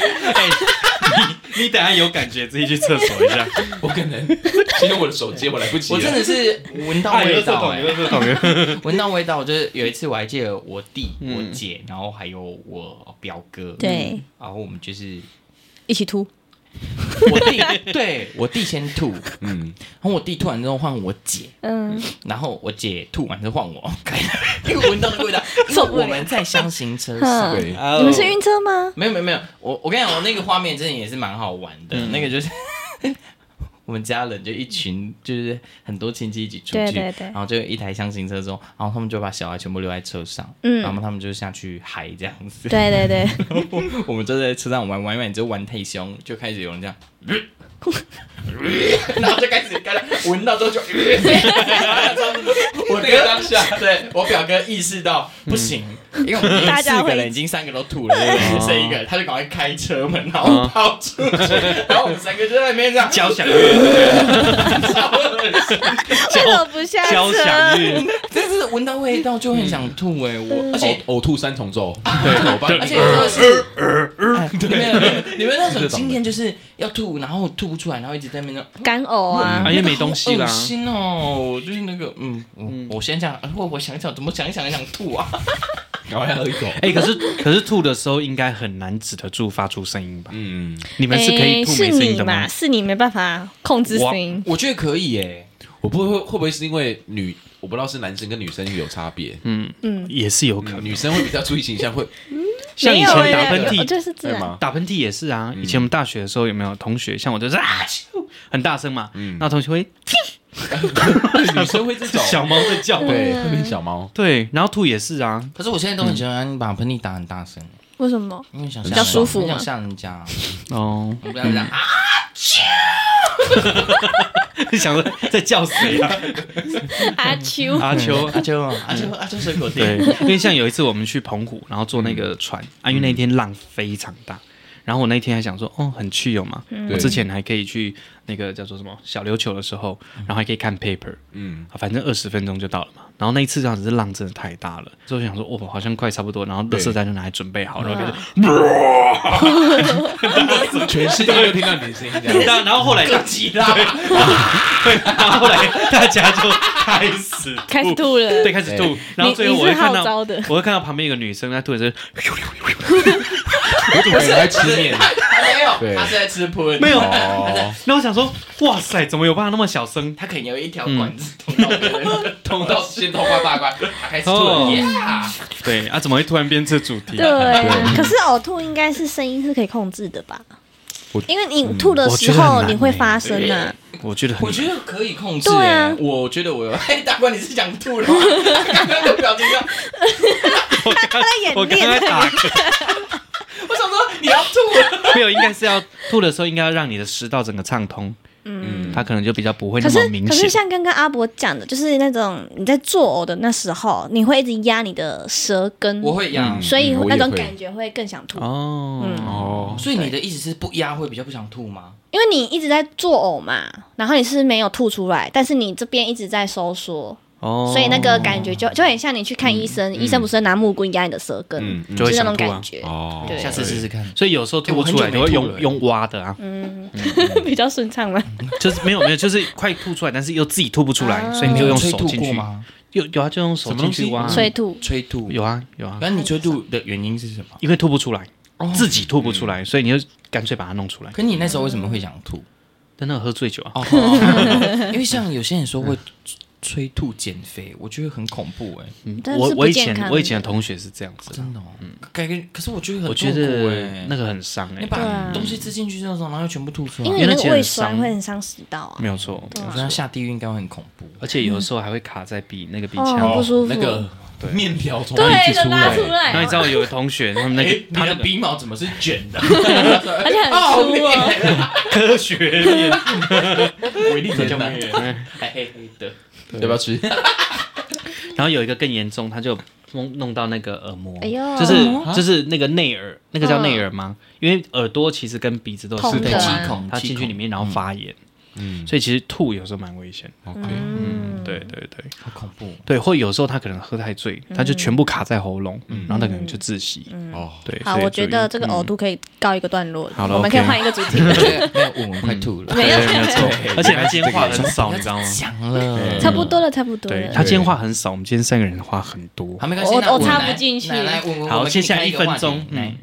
你等下有感觉自己去厕所一下。
(laughs) 我可能今天我的手机我来不及了。
我真的是闻到
啊有
味
垃圾
道、
桶，有
欸，
垃圾桶有垃圾桶。
闻到味道。就是有一次我还记得我弟、
嗯
我姐，然后还有我表哥，
对，
然后我们就是
一起吐，
我弟，对我弟先吐，然
嗯，
后我弟吐完之后换我姐，
嗯，
然后我姐吐完之后换我，因为闻到那个味道，因为我们在箱型车上。
嗯，
对，
呃
你们是晕车吗？
没有没有没有，我我跟你讲，我那个画面真的也是蛮好玩的，那个就是 (laughs) 我们家人就一群，就是很多亲戚一起出去，
对对对
然后就一台箱型车之后，然后他们就把小孩全部留在车上，
嗯
然后他们就下去嗨这样子，
对对对，
(laughs)
我们就在车上玩玩玩，就玩太凶，就开始有人 (laughs) 这样。然后就开始，刚才闻到之后就，我
那个当下
对我表哥意识到不行，嗯因为我们已经
大家
四
会
个人已经三个都吐了，对不对 (laughs)
哦
剩一个人他就赶快开车门，然后跑出去，然后我们三个就在那边这样
交响乐，
超恶心
为什么不下
交响乐，
但是闻到味道就很想吐哎，我而且
呕呕吐三重奏，
对，我
而且真的是，哎你们你们 (laughs) 那种经验就是要吐，然后吐不出来，然后一直在那边那。
干呕啊
啊，因为没东西啦
好恶。心哦，就是那个，嗯，我我先想，哎我我想想，怎么想一想想吐啊？
赶快喝一口。
哎，可是可是吐的时候应该很难止得住发出声音吧？
嗯，
你们是可以
诶
吐
是
没声音
你
的吗
嘛？？是你没办法控制
我
声音，
我觉得可以诶，
我不会会不会是因为女，我不知道是男生跟女生有差别，
嗯嗯，也是有可能。
女生会比较注意形象，会
像以
没有
前打
欸
喷
我
嚏，
就是这
会
样，
吗？
打喷嚏也是啊。以前我们大学的时候有没有同学像我就是啊，咻很大声嘛，那同学会
女生会这种
小猫嗯在叫，
对，
嗯
会变小猫。
对，然后吐也是啊，
(laughs) 可是我现在都很喜欢把喷嚏打很大声，
为什么？
因为想
比
较舒服
很想
嘛
吓人家，
哦，
我 (laughs) 不要这样啊，
(laughs) 想着在叫谁 (laughs) 啊？
阿秋，
阿秋。
阿秋阿秋阿秋水果
对
店，，
因为像有一次我们去澎湖，然后坐那个
嗯
船，啊，因为那天浪非常大，然后我那天还想说，哦，很去有嘛，
嗯
我
对
之前还可以去那个叫做什么小琉球的时候，然后还可以看 paper，
嗯，
啊反正二十分钟就到了嘛。然后那一次这样子是浪真的太大了，所以我想说，哦，好像快差不多，然后垃圾袋就拿来准备好，
嗯
然后就是
全世界都听到你的声音，这样。
然后后来
更急啦，
对，然后后来大家就开始吐
(laughs) 开始吐了
对，开始吐
对。
然后最后
你
我会
你是
看
号
到，
召的
我会看到旁边一个女生在吐的时候，
我怎么以为在吃面？
他 (laughs) 没
对
有，他是在吃喷，
没有 (laughs)
哦，
那我想说，哇塞，怎么有办法那么小声？
他可能有一条管子通到别 (laughs) 人，通嗯到先通到大关，打开始吐
哦
了嗯呀，
对啊，怎么会突然变这主题
对？啊，可是呕吐应该是声音是可以控制的吧
我？
因为你吐的
嗯我觉
时
得很
候
难
你会发声啊，
我觉得很
我觉得可以控制、
对
欸
啊，
我觉得我有。 (laughs) 哎，大官，你是想吐了吗？ (laughs) 刚刚的表情啊上，
(laughs) 我刚
演
我刚才
练
打嗝，
我想说你要吐了。
没有，应该是要吐的时候应该要让你的食道整个畅通，嗯，它可能就比较不会
可
那
是
么明
可是
显。
像刚刚阿伯讲的，就是那种你在作呕的那时候，你会一直压你的舌根，
我会压，
嗯
所以
我也
那种
会
感觉会更想吐，
哦
嗯
哦，
所以你的意思是不压会比较不想吐吗？
因为你一直在作呕嘛，然后你是没有吐出来，但是你这边一直在收缩，
哦，嗯
所以那个感觉就就很像你去看医生，医生不是拿木棍压你的舌根，
嗯嗯
就是那
就
种
会想吐啊
感觉，
哦，
对
下次试试看。
所以有时候吐不出来，
哎
你
我很久没
会
吐
用
了
用挖的啊，
嗯 (laughs) 比较顺畅吗？
就是没有没有，就是快吐出来，但是又自己吐不出来，所以你就用
啊吹
手
吐
进
过
去。
吗？
有有啊，就用手
什么
进
东
去
西
挖。
嗯
催吐，
吹吐
有啊有啊，
那你吹吐的原因是什么？
因为吐不出来，
哦
自己吐不出
嗯
来，所以你就干脆把它弄出来。
可你那时候为什么会想吐？
但那个喝醉酒啊，
哦， (laughs) 因为像有些人说会催吐减肥，我觉得很恐怖哎，
但
嗯
是
我
不
我以
健
前
康
我以前的同学是这样子的，
真的哦。感觉可是我觉得很
我觉
痛苦
得
哎
欸
那个很伤哎
你，把东西吃进去之后，然后又全部吐出来，
因
哦
为
因
你
为
那
那些
个胃
很
酸
伤
会很伤食道啊，
没有错。
我觉得下地狱应该会很恐怖。
而且有的时候还会卡在鼻那个鼻
哦
腔 (laughs)
不，舒服
那个面条从鼻
对，
子
就
出
拉
来
出，来，
然后你知道有的同
(laughs)
学他们那
哎
个，
他
他
的
的
鼻毛怎么是卷 (laughs) 的？
而且很粗哦，
(laughs)
科学面，
啊我一定就没有，还黑黑的。
要不要吃？
然后有一个更严重，他就弄弄到那个耳膜，
哎呦
就是就是那个内耳，那个叫内耳吗？因为耳朵其实跟鼻子都是
通
对
的
气
啊
孔，它进去里面然后发炎，
嗯
所以其实吐有时候蛮危险。
，OK，
嗯，对对对
好恐怖。
对，或有时候他可能喝太醉，他就全部卡在喉咙，然后他可能就窒息。
哦，
对，
嗯好，
所以
我觉
注
得
意
这个呕吐可以告一个段落，
好了
我们可以
OK
换一个主题。
没有，我们快吐了。
没
(laughs)
有，(laughs)
对，没有错，而且他今天话很少，你知道吗？
讲了，
差不多了，差不多
对
了。
他今天话很少，我们今天三个人话很多
好，。没关系，
我
那
我插
来
不进去
来来，我我
好
我们
接
给你
下来
开
一
个
分
话题
钟
来
嗯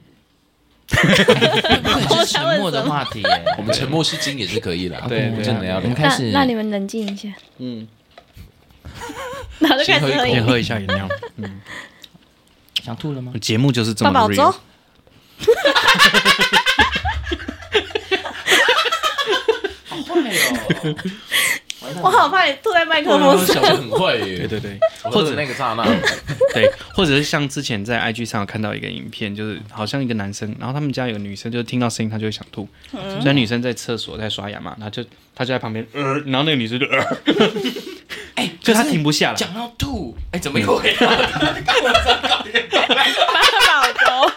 (laughs) 这是沉默的话题耶，
我
(laughs)
们沉默是金也是可以啦，
对
啊
我们
对
真的要
我们
聊。
开
那
始，
那你们冷静一 (laughs) 下，
嗯，
然后就开始
先喝
喝
一
先
饮
喝一下饮
(laughs)
料。嗯
想吐了吗？
节目就是这
八
么
宝
real
粥。我好怕你吐在 (laughs) 麦克风上。
嗯小朋友很会耶，
对对对，
或
或
者那
者
个刹那，
对，或者是像之前在 IG 上有看到一个影片，就是好像一个男生，然后他们家有个女生，就是听到声音她就会想吐，
嗯
所以女生在厕所在刷牙嘛，然后就她就在旁边，呃，然后那个女生就呃，
哎，
(laughs) 就她
可是
停不下来。
(laughs) 讲到吐，哎，怎么又回来了？ (laughs)
八宝粥，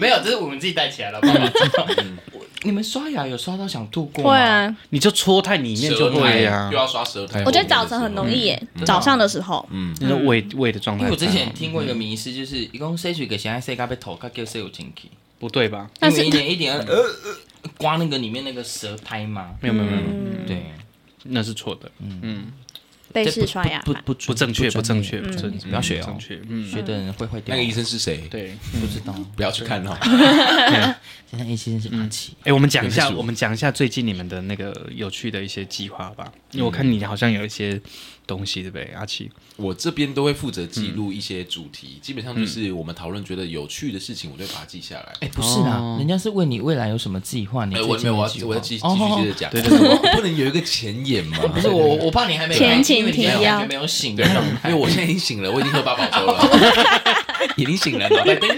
没有，这是我们自己带起来了。爸 (laughs) 爸知道我你们刷牙有刷到想吐过吗？
会，啊，
你就戳太里面就
舌苔
会啊呀、
又要刷舌苔。
我觉得早晨很容易耶，早上的时候，
嗯，
你说胃胃的状态
因
不
为
好，
我之前听过一个迷思，就是一共塞水给谁爱塞咖被头，他叫塞有进去，
不对吧？
但
因为
是
一点一点呃呃刮那个里面那个舌苔嘛。
没有没有没有没有，
嗯
嗯
对，
那是错的，嗯，
被
这
式
不
刷牙
不
吧。
不
不正确不正确不
不
正
不要学
不
哦
正，确，嗯，
学的人会坏掉。
那个医生是谁？
对。
不知道，
不要去看哦。
现在医生是阿奇。
哎、我们讲一
有
下，
些是
我们讲一下最近你们的那个有趣的一些计划吧，因为我看你好像有一些东西，对不对，阿奇？
(laughs) 我这边都会负责记录一些主题，基本上就是我们讨论觉得有趣的事情，我就会把它记下来。
哎，不是啊，人家是问你未来有什么计划，你
哎，
最
我
近
没有，我
有
要
计划
我要继继
哦
续接着讲。
对
对对，不能有一个前言嘛？
不是我，我怕你还没
前情提要
因为你完全没有醒，
对， (laughs) 因为我现在已经醒了，我已经喝八宝粥了，已经醒了，脑袋叮。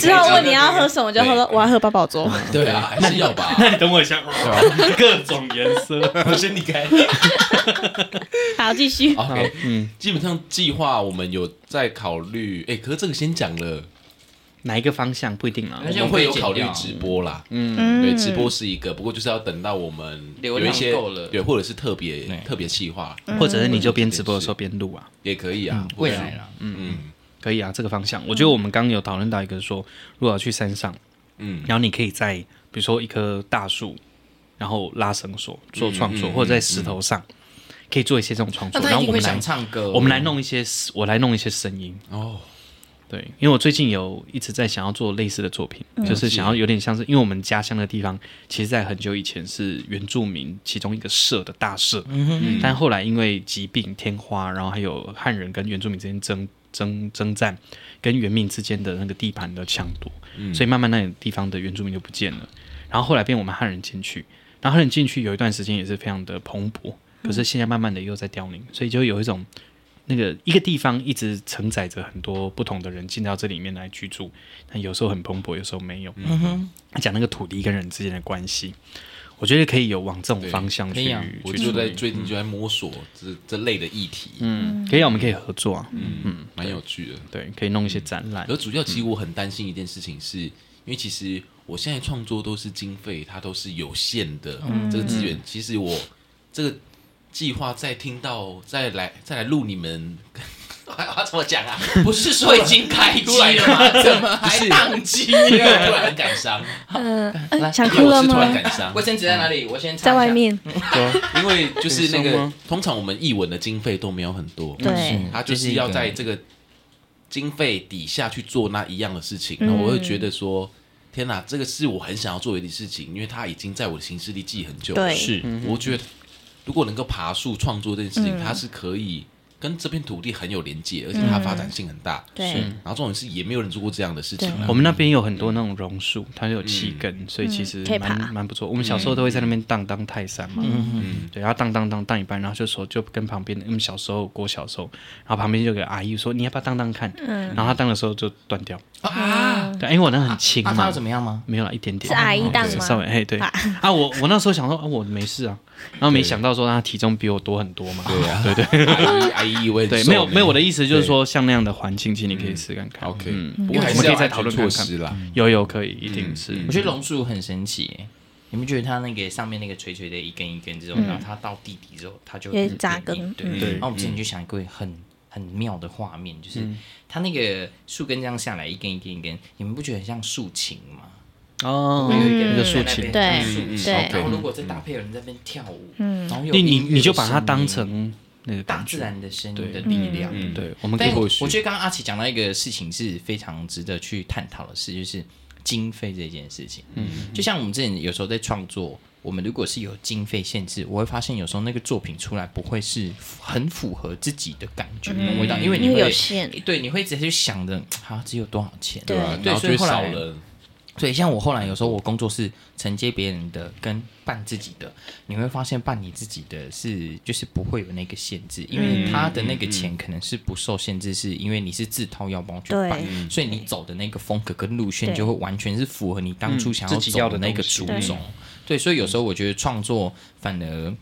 之后问你要喝
么？
什么，就喝我要喝八宝粥。
对啊，还是要吧。
那你 (laughs) 等我一下， (laughs) 各种颜色，我先离开。
好，继续。
OK，
嗯，
基本上计划我们有在考虑，哎，可是这个先讲了，
(laughs) 哪一个方向不一定啊
那
我
就
们会有考虑直播啦。
嗯
对，直播是一个，不过就是要等到我们
流
有
量
一些
够了
对，或者是特别
对
特别企划
或嗯者是你就边直播的时候边录啊，
也可以啊
嗯，未来啦，
嗯
可以啊，这个方向，我觉得我们刚刚有讨论到一个说，如果要去山上，
嗯
然后你可以在比如说一棵大树，然后拉绳索做创作，
嗯嗯
或者在石头上。可以做一些这种创
那
作，
他
然后
一定
我
会
们来
想，唱歌。
我们来，弄一些，我来弄一些声音，
哦，
对，因为我最近有一直在想要做类似的作品，
嗯
就是想要有点像是，因为我们家乡的地方，其实在很久以前是原住民其中一个社的大社，
嗯
但后来因为疾病、天花，然后还有汉人跟原住民之间争争征战，跟原民之间的那个地盘的抢夺，
嗯
所以慢慢那个地方的原住民就不见了，然后后来变我们汉人进去，然后汉人进去有一段时间也是非常的蓬勃，
嗯
可是现在慢慢的又在凋零，所以就有一种那个一个地方一直承载着很多不同的人进到这里面来居住，但有时候很蓬勃，有时候没有。
嗯哼，
讲那个土地跟人之间的关系，我觉得可以有往这种方向
对
去
可以啊
去
我就在
处理
最近就在摸索这这类的议题，
嗯，可以啊，我们可以合作啊，
嗯，蛮有趣的。
对，可以弄一些展览
嗯
而，主要其
嗯
实我很担心一件事情是，因为其实我现在创作都是经费，它都是有限的，
嗯
这个资
嗯
源。其实我这个计划再听到再来再来录你们， (laughs) 还要怎么讲啊？
不是说已经开机了吗？怎么还宕
(laughs)
机
因为我突
了？
然很感伤，
嗯，呃
来
想
因为
哭
我
了
是突然
吗？
感伤
卫。生纸在哪里？我先查一下
在外。面，
因为就是那
很松
个
吗，
通常我们译文的经费都没有很多，
对，
嗯
他就是要在这个经费底下去做那一样的事情，
嗯
然后我会觉得说，天哪，这个是我很想要做的一件事情，因为它已经在我的行事历记很久了。
对
是，我觉得如果能够爬树创作这件事情，它是可以跟这片土地很有连接，而且它发展性很大。
对
是然后重点是也没有人做过这样的事情啊。
我们那边有很多那种榕树，它有气根，所以其实
嗯可以爬
蛮蛮不错。我们小时候都会在那边荡荡泰山嘛，
嗯
对，然后荡荡荡荡一半，然后就说就跟旁边的，我们小时候国小时候，然后旁边就有个阿姨说你要不要荡荡看，
嗯
然后她荡的时候就断掉，
啊，
对，因为我那很轻
啊，他
嘛
要，怎么样吗？
没有啦，一点点，
是阿姨荡
对
吗
稍微嘿对啊，我我那时候想说啊我没事啊，然后没想到说她体重比我多很多嘛，
对啊，对对，阿姨，阿姨我也
对，没有没有我的意思就是说像那样的环境，其实你可以试看看
，OK，
嗯
不
因为
过
我
还
们
是
可以
要
再讨论看
措
看，
施啦。
嗯
嗯
有有可以，一定是
我觉得榕树很神奇耶，你们觉得它那个上面那个垂垂的一根一根这种，然后它到地底之后，它就
嗯也
会
扎
变硬
根嗯
对
对嗯
然后我们之前就想过很很妙的画面，就是它那个树根这样下来，一根一根一根，你们不觉得很像竖琴吗？
哦，
会有一
那
个人
个
在
竖
那
琴
嗯
边，
对
竖琴
对
然后如果再搭配有人在那边跳舞，嗯，然后有
嗯你你
音乐
你就把
的
它
声
当
音
成那个
大
感
自
觉，
然的声
对
音的力量。
嗯
对，我们可以
但啊我
或
我觉
许
得刚刚阿奇讲到一个事情是非常值得去探讨的事，就是经费这件事情。嗯，就像我们之前有时候在创作，我们如果是有经费限制，我会发现有时候那个作品出来不会是很符合自己的感觉跟味道，
嗯
因为你
因为有
会
限，
对你会一直去想着啊，只有多少钱，
对
啊
对，
然后
所以
就
后
少
来
了，
所以像我后来有时候我工作是承接别人的跟办自己的，你会发现办你自己的是就是不会有那个限制，因
嗯
为他的那个钱可能是不受限制，是因为你是自掏腰包去办
对，
所以你走的那个风格跟路线
对
就会完全是符合你当初想
嗯自己要
走
的
的那
东
个
西
初
对
衷。对，所以有时候我觉得创作反而。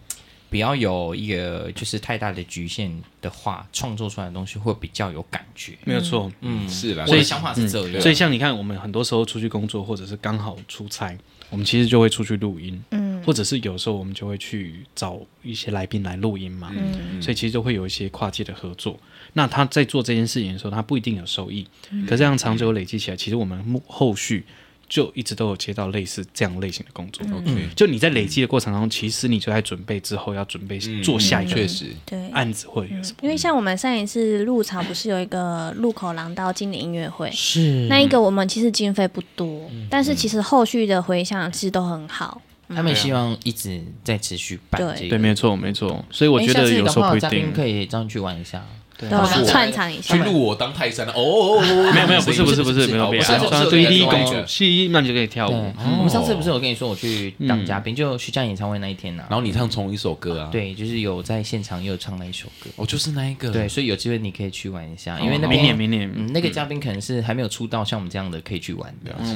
不要有一个就是太大的局限的话，创作出来的东西会比较有感觉。
没有错，
嗯，
是啦
我的
所以
想法是这样。
所以像你看，我们很多时候出去工作，或者是刚好出差，我们其实就会出去录音，嗯，或者是有时候我们就会去找一些来宾来录音嘛，嗯，所以其实就会有一些跨界的合作。那他在做这件事情的时候，他不一定有收益，
嗯
可是这样长久累积起来，其实我们幕后续就一直都有接到类似这样类型的工
嗯
作。嗯
OK，
就你在累积的过程当中，其实你就在准备之后要准备
嗯
做下一个
嗯确实，
对。
案子或者有什么。
因为像我们上一次入场不是有一个路口廊道经典音乐会，
是
那一个我们其实经费不多，但是其实后续的回响其实都很好。
他
啊
们希望一直在持续办
对
这个。
对，没错，没错。所以我
诶
觉
哎下
得
次
有时
搞
候
好
不一
嘉
定哦
宾。可以这样去玩一下。
对
对，我们
是
串场一下
去。录我当泰山哦哦， (laughs) 哦
没有没有，不是不是不是，没有别的，
哦不是
安
这
装
种
对
设
立
计
公
公
主
主
戏，那你就可以跳
对，
舞。
我们上
哦
次不是有跟你说我去
嗯
当嘉宾，就徐佳演唱会那一天呢？啊
然后你唱同一首歌啊，，
对，就是有在现场也有唱那一首歌。
哦，就是那一个，
对，，所以有机会你可以去玩一下，因为那
哦明
边
年明年
嗯那个嘉宾可能是还没有出道，像我们这样的可以去玩。
了解，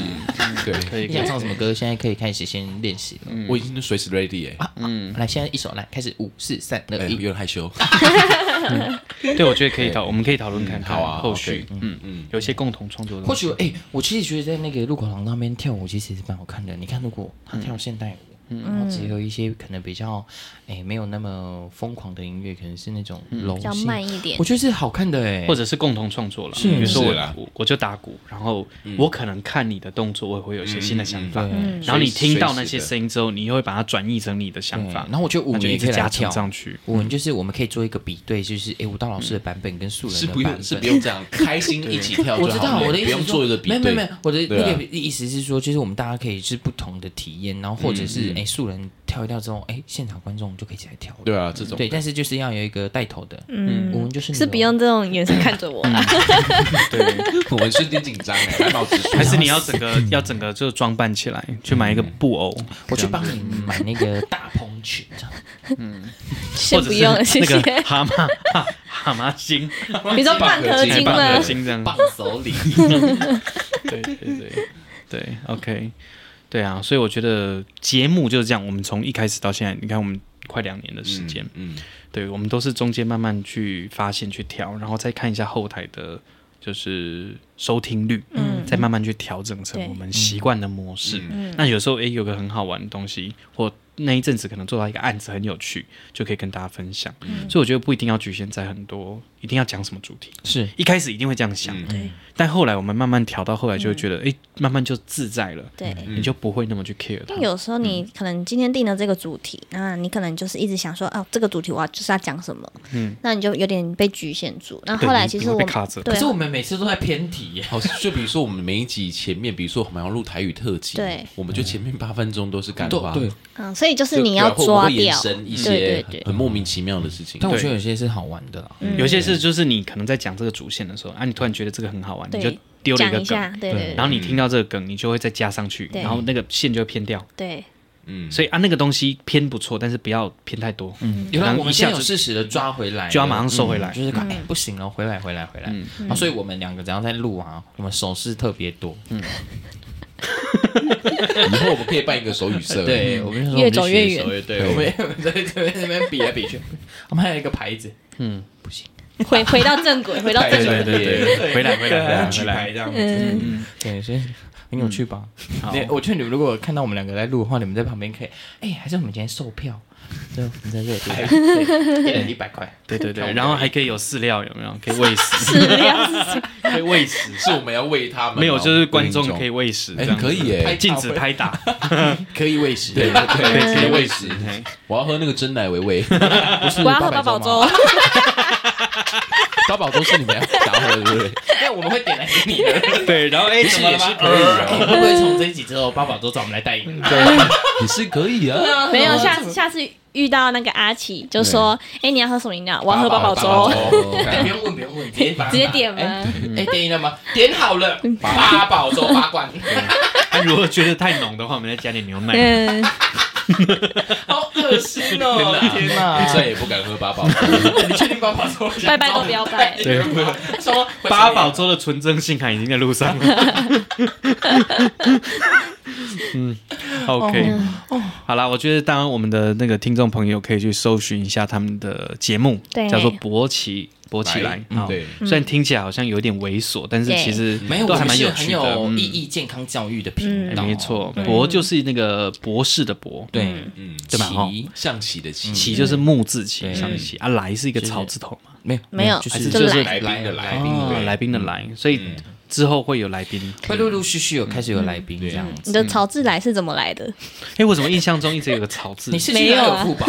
可
对，
以可
你想
以，
唱什么歌，现在可以开始先练习了。
我已经随时 ready 哎，
嗯，来，现在一首来，开始五四三
哎
二
有
一。
点害羞，
对我觉得可以讨，我们可以讨论看看
好啊
后续
OK，
嗯嗯，有一些共同创作的
或
东西，
许我哎、我其实觉得在那个路口廊那边跳舞，其实也是蛮好看的。你看，如果他跳现代舞，
嗯
然后结合一些可能比较哎、没有那么疯狂的音乐，可能是那种柔
嗯比较
性，
慢一点
我觉得是好看的哎、
或者是共同创作了。比如说
是啦
我我我就打鼓，然后我可能看你的动作，我也会有一些新的想法
嗯嗯嗯，
然后你听到那
随时
些
的
声音之后，你又会把它转译成你的想
对
法，
然后我觉得舞
那就
也
一
可以
直加
来
强
跳
上去。
嗯
我们就是我们可以做一个比对，就是哎，舞蹈老师的版本跟素人
是
的
不用
版本
是不用这样，开心一起跳就
我
好
知
了，
道我的意
不
思
用
是说
做一个比
没
对，
有没有没有，我的
对
那
啊
个意思是说，就是我们大家可以是不同的体验，然后或者是
嗯
哎、素人跳一跳之后，哎现场观众就可以起来跳了。
对啊，这种
对，但是就是要有一个带头的，嗯，我们就是
是
你
不
的
用这种眼神看着我，
啊 (laughs)
对，
我们瞬间紧张哎，来帽子数
还是你要整个要整个就装扮起来，去买一个布偶，
我去帮你
(laughs)
买那个大蓬裙，这样
先
或者
不
是
用了，谢
那 (laughs)
谢。
个蛤蟆蛤蛤蟆精，
你说半
蚵
合
精
金
啊
棒
吗
的？精这样
棒手礼。
对对对对，OK，对啊，所以我觉得节目就是这样，我们从一开始到现在，你看我们快两年的时间，，
嗯，嗯
对我们都是中间慢慢去发现、去调，然后再看一下后台的，就是收听率，嗯，再慢慢去调整成
对
我们习惯的模式。
嗯
那有时候诶，有个很好玩的东西，或那一阵子可能做到一个案子很有趣，就可以跟大家分享。
嗯
所以我觉得不一定要局限在很多，一定要讲什么主题。
(laughs) 是
一开始一定会这样
嗯
想，但后来我们慢慢调到后来，就会觉得，哎、慢慢就自在了，
嗯对，
你就不会那么去 care 它
因为。有时候你可能今天定了这个主题，那你可能就是一直想说，哦，这个主题我要就是要讲什么，嗯，那你就有点被局限住。那后来
你
其
你
实
会
我
被
们
卡着
可
对啊
是我们每次都在偏题耶。
好，就比如说我们每一集前面，比如说我们要录台语特辑，
对，
我们就前面八分钟都是干话，
对，
嗯，所以就是
就
你
对
要
啊会
抓
会延
掉，
伸一
对
些
对
很莫名其妙的事情，
但我
对
觉得有些是好玩的啦。
嗯
嗯
有些事就是你可能在讲这个主线的时候，啊，你突然觉得这个很好玩，你
对
就丢了一
讲
个
一下
梗，，嗯
对对
然后你听到这个梗，你就会再加上去，
对
然后那个线就会偏掉。
对
嗯，
所以啊，那个东西偏不错，但是不要偏太多。嗯，
有
然
了，
后
我们
一下
现在
子
有适时的抓回来了，
就要马上收回来
嗯就是看，哎，不行了，回来，回来，回来。啊，所以我们两个只要在录啊，我们手势特别多。
以后我们可以办一个手语社，
对，我们就说
越走越
我们就学手势对，
对
(laughs) 我们我们在这边比来比去，我们还有一个牌子，嗯，不行，
回回到正轨，回到正
对
轨。
对对对，回来回来回来
举
回来
牌，这样
嗯，
对，所以很有趣吧？
好
你我劝你们，如果看到我们两个在录的话，你们在旁边可以，哎，还是我们今天售票， (laughs) 对，我们在这
哎
里，一人一百块，
对对对，
看我们
然后还可以有饲料，有没有？可以喂食，
是这样子。
(laughs) 可以喂食，
是我们要喂他们哦，
没有，就是观众
不
可以喂食，
哎
这样子
可以耶
禁止拍打，
可以喂食，
对对对，可以喂食。
嘿
我要喝那个真奶维维，
不
(laughs)
是
我要喝八宝粥
吗，，
高宝粥是你们要打喝的，对不对？
(laughs) 因为我们会点来给你
(laughs)
的。
对，然后哎，怎么了吗？
呃
嗯
会不会从这一集之后，八宝粥找我们来代言？
对，也是可以啊。
(laughs) 没
(laughs)
有，下次下次遇到那个阿奇就说：“哎，你要喝什么饮料？我要喝八宝
八宝
粥。
哦
哎不用问，不用问，直接把”
(laughs) 直接嗯点吗
哎？哎，点饮料吗？点好了，八宝粥八罐，
那如果觉得太浓的话，我们再加点牛奶。
嗯，
(laughs) 好恶心
(laughs)
哦！
啊
天哪！
再也不敢喝八宝粥，
你确定八宝粥？
拜拜都不要拜
对，哎什么
八宝？粥的纯正性感已经在路上了。嗯，OK，好
哦
啦，我觉得当然我们的那个听众朋友可以去搜寻一下他们的节目
对，
叫做博奇博奇来
来。嗯
啊
对
虽然听起来好像有点猥琐，但是
对
其实
没有，
都
我
还
们
蛮
是很
趣的。
有
嗯
意义、健康教育的频
哎
道，
没错，
对
博就是那个博士的博，
对
(laughs) 嗯，
对吧？哈，
棋
象棋的棋，
起
嗯
就是木字起
对
上起啊，来是一个
就是
草字头嘛，
没有
没有
就
还
是
就
就是
是
来宾的来宾的
哦
对
来宾的来，所以之后会有来宾。
会陆陆续续有开始有来
嗯
宾这样子。
你的草字来是怎么来的？
哎，我怎么印象中一直有个草字
你？是去莱 (laughs) 尔富吧？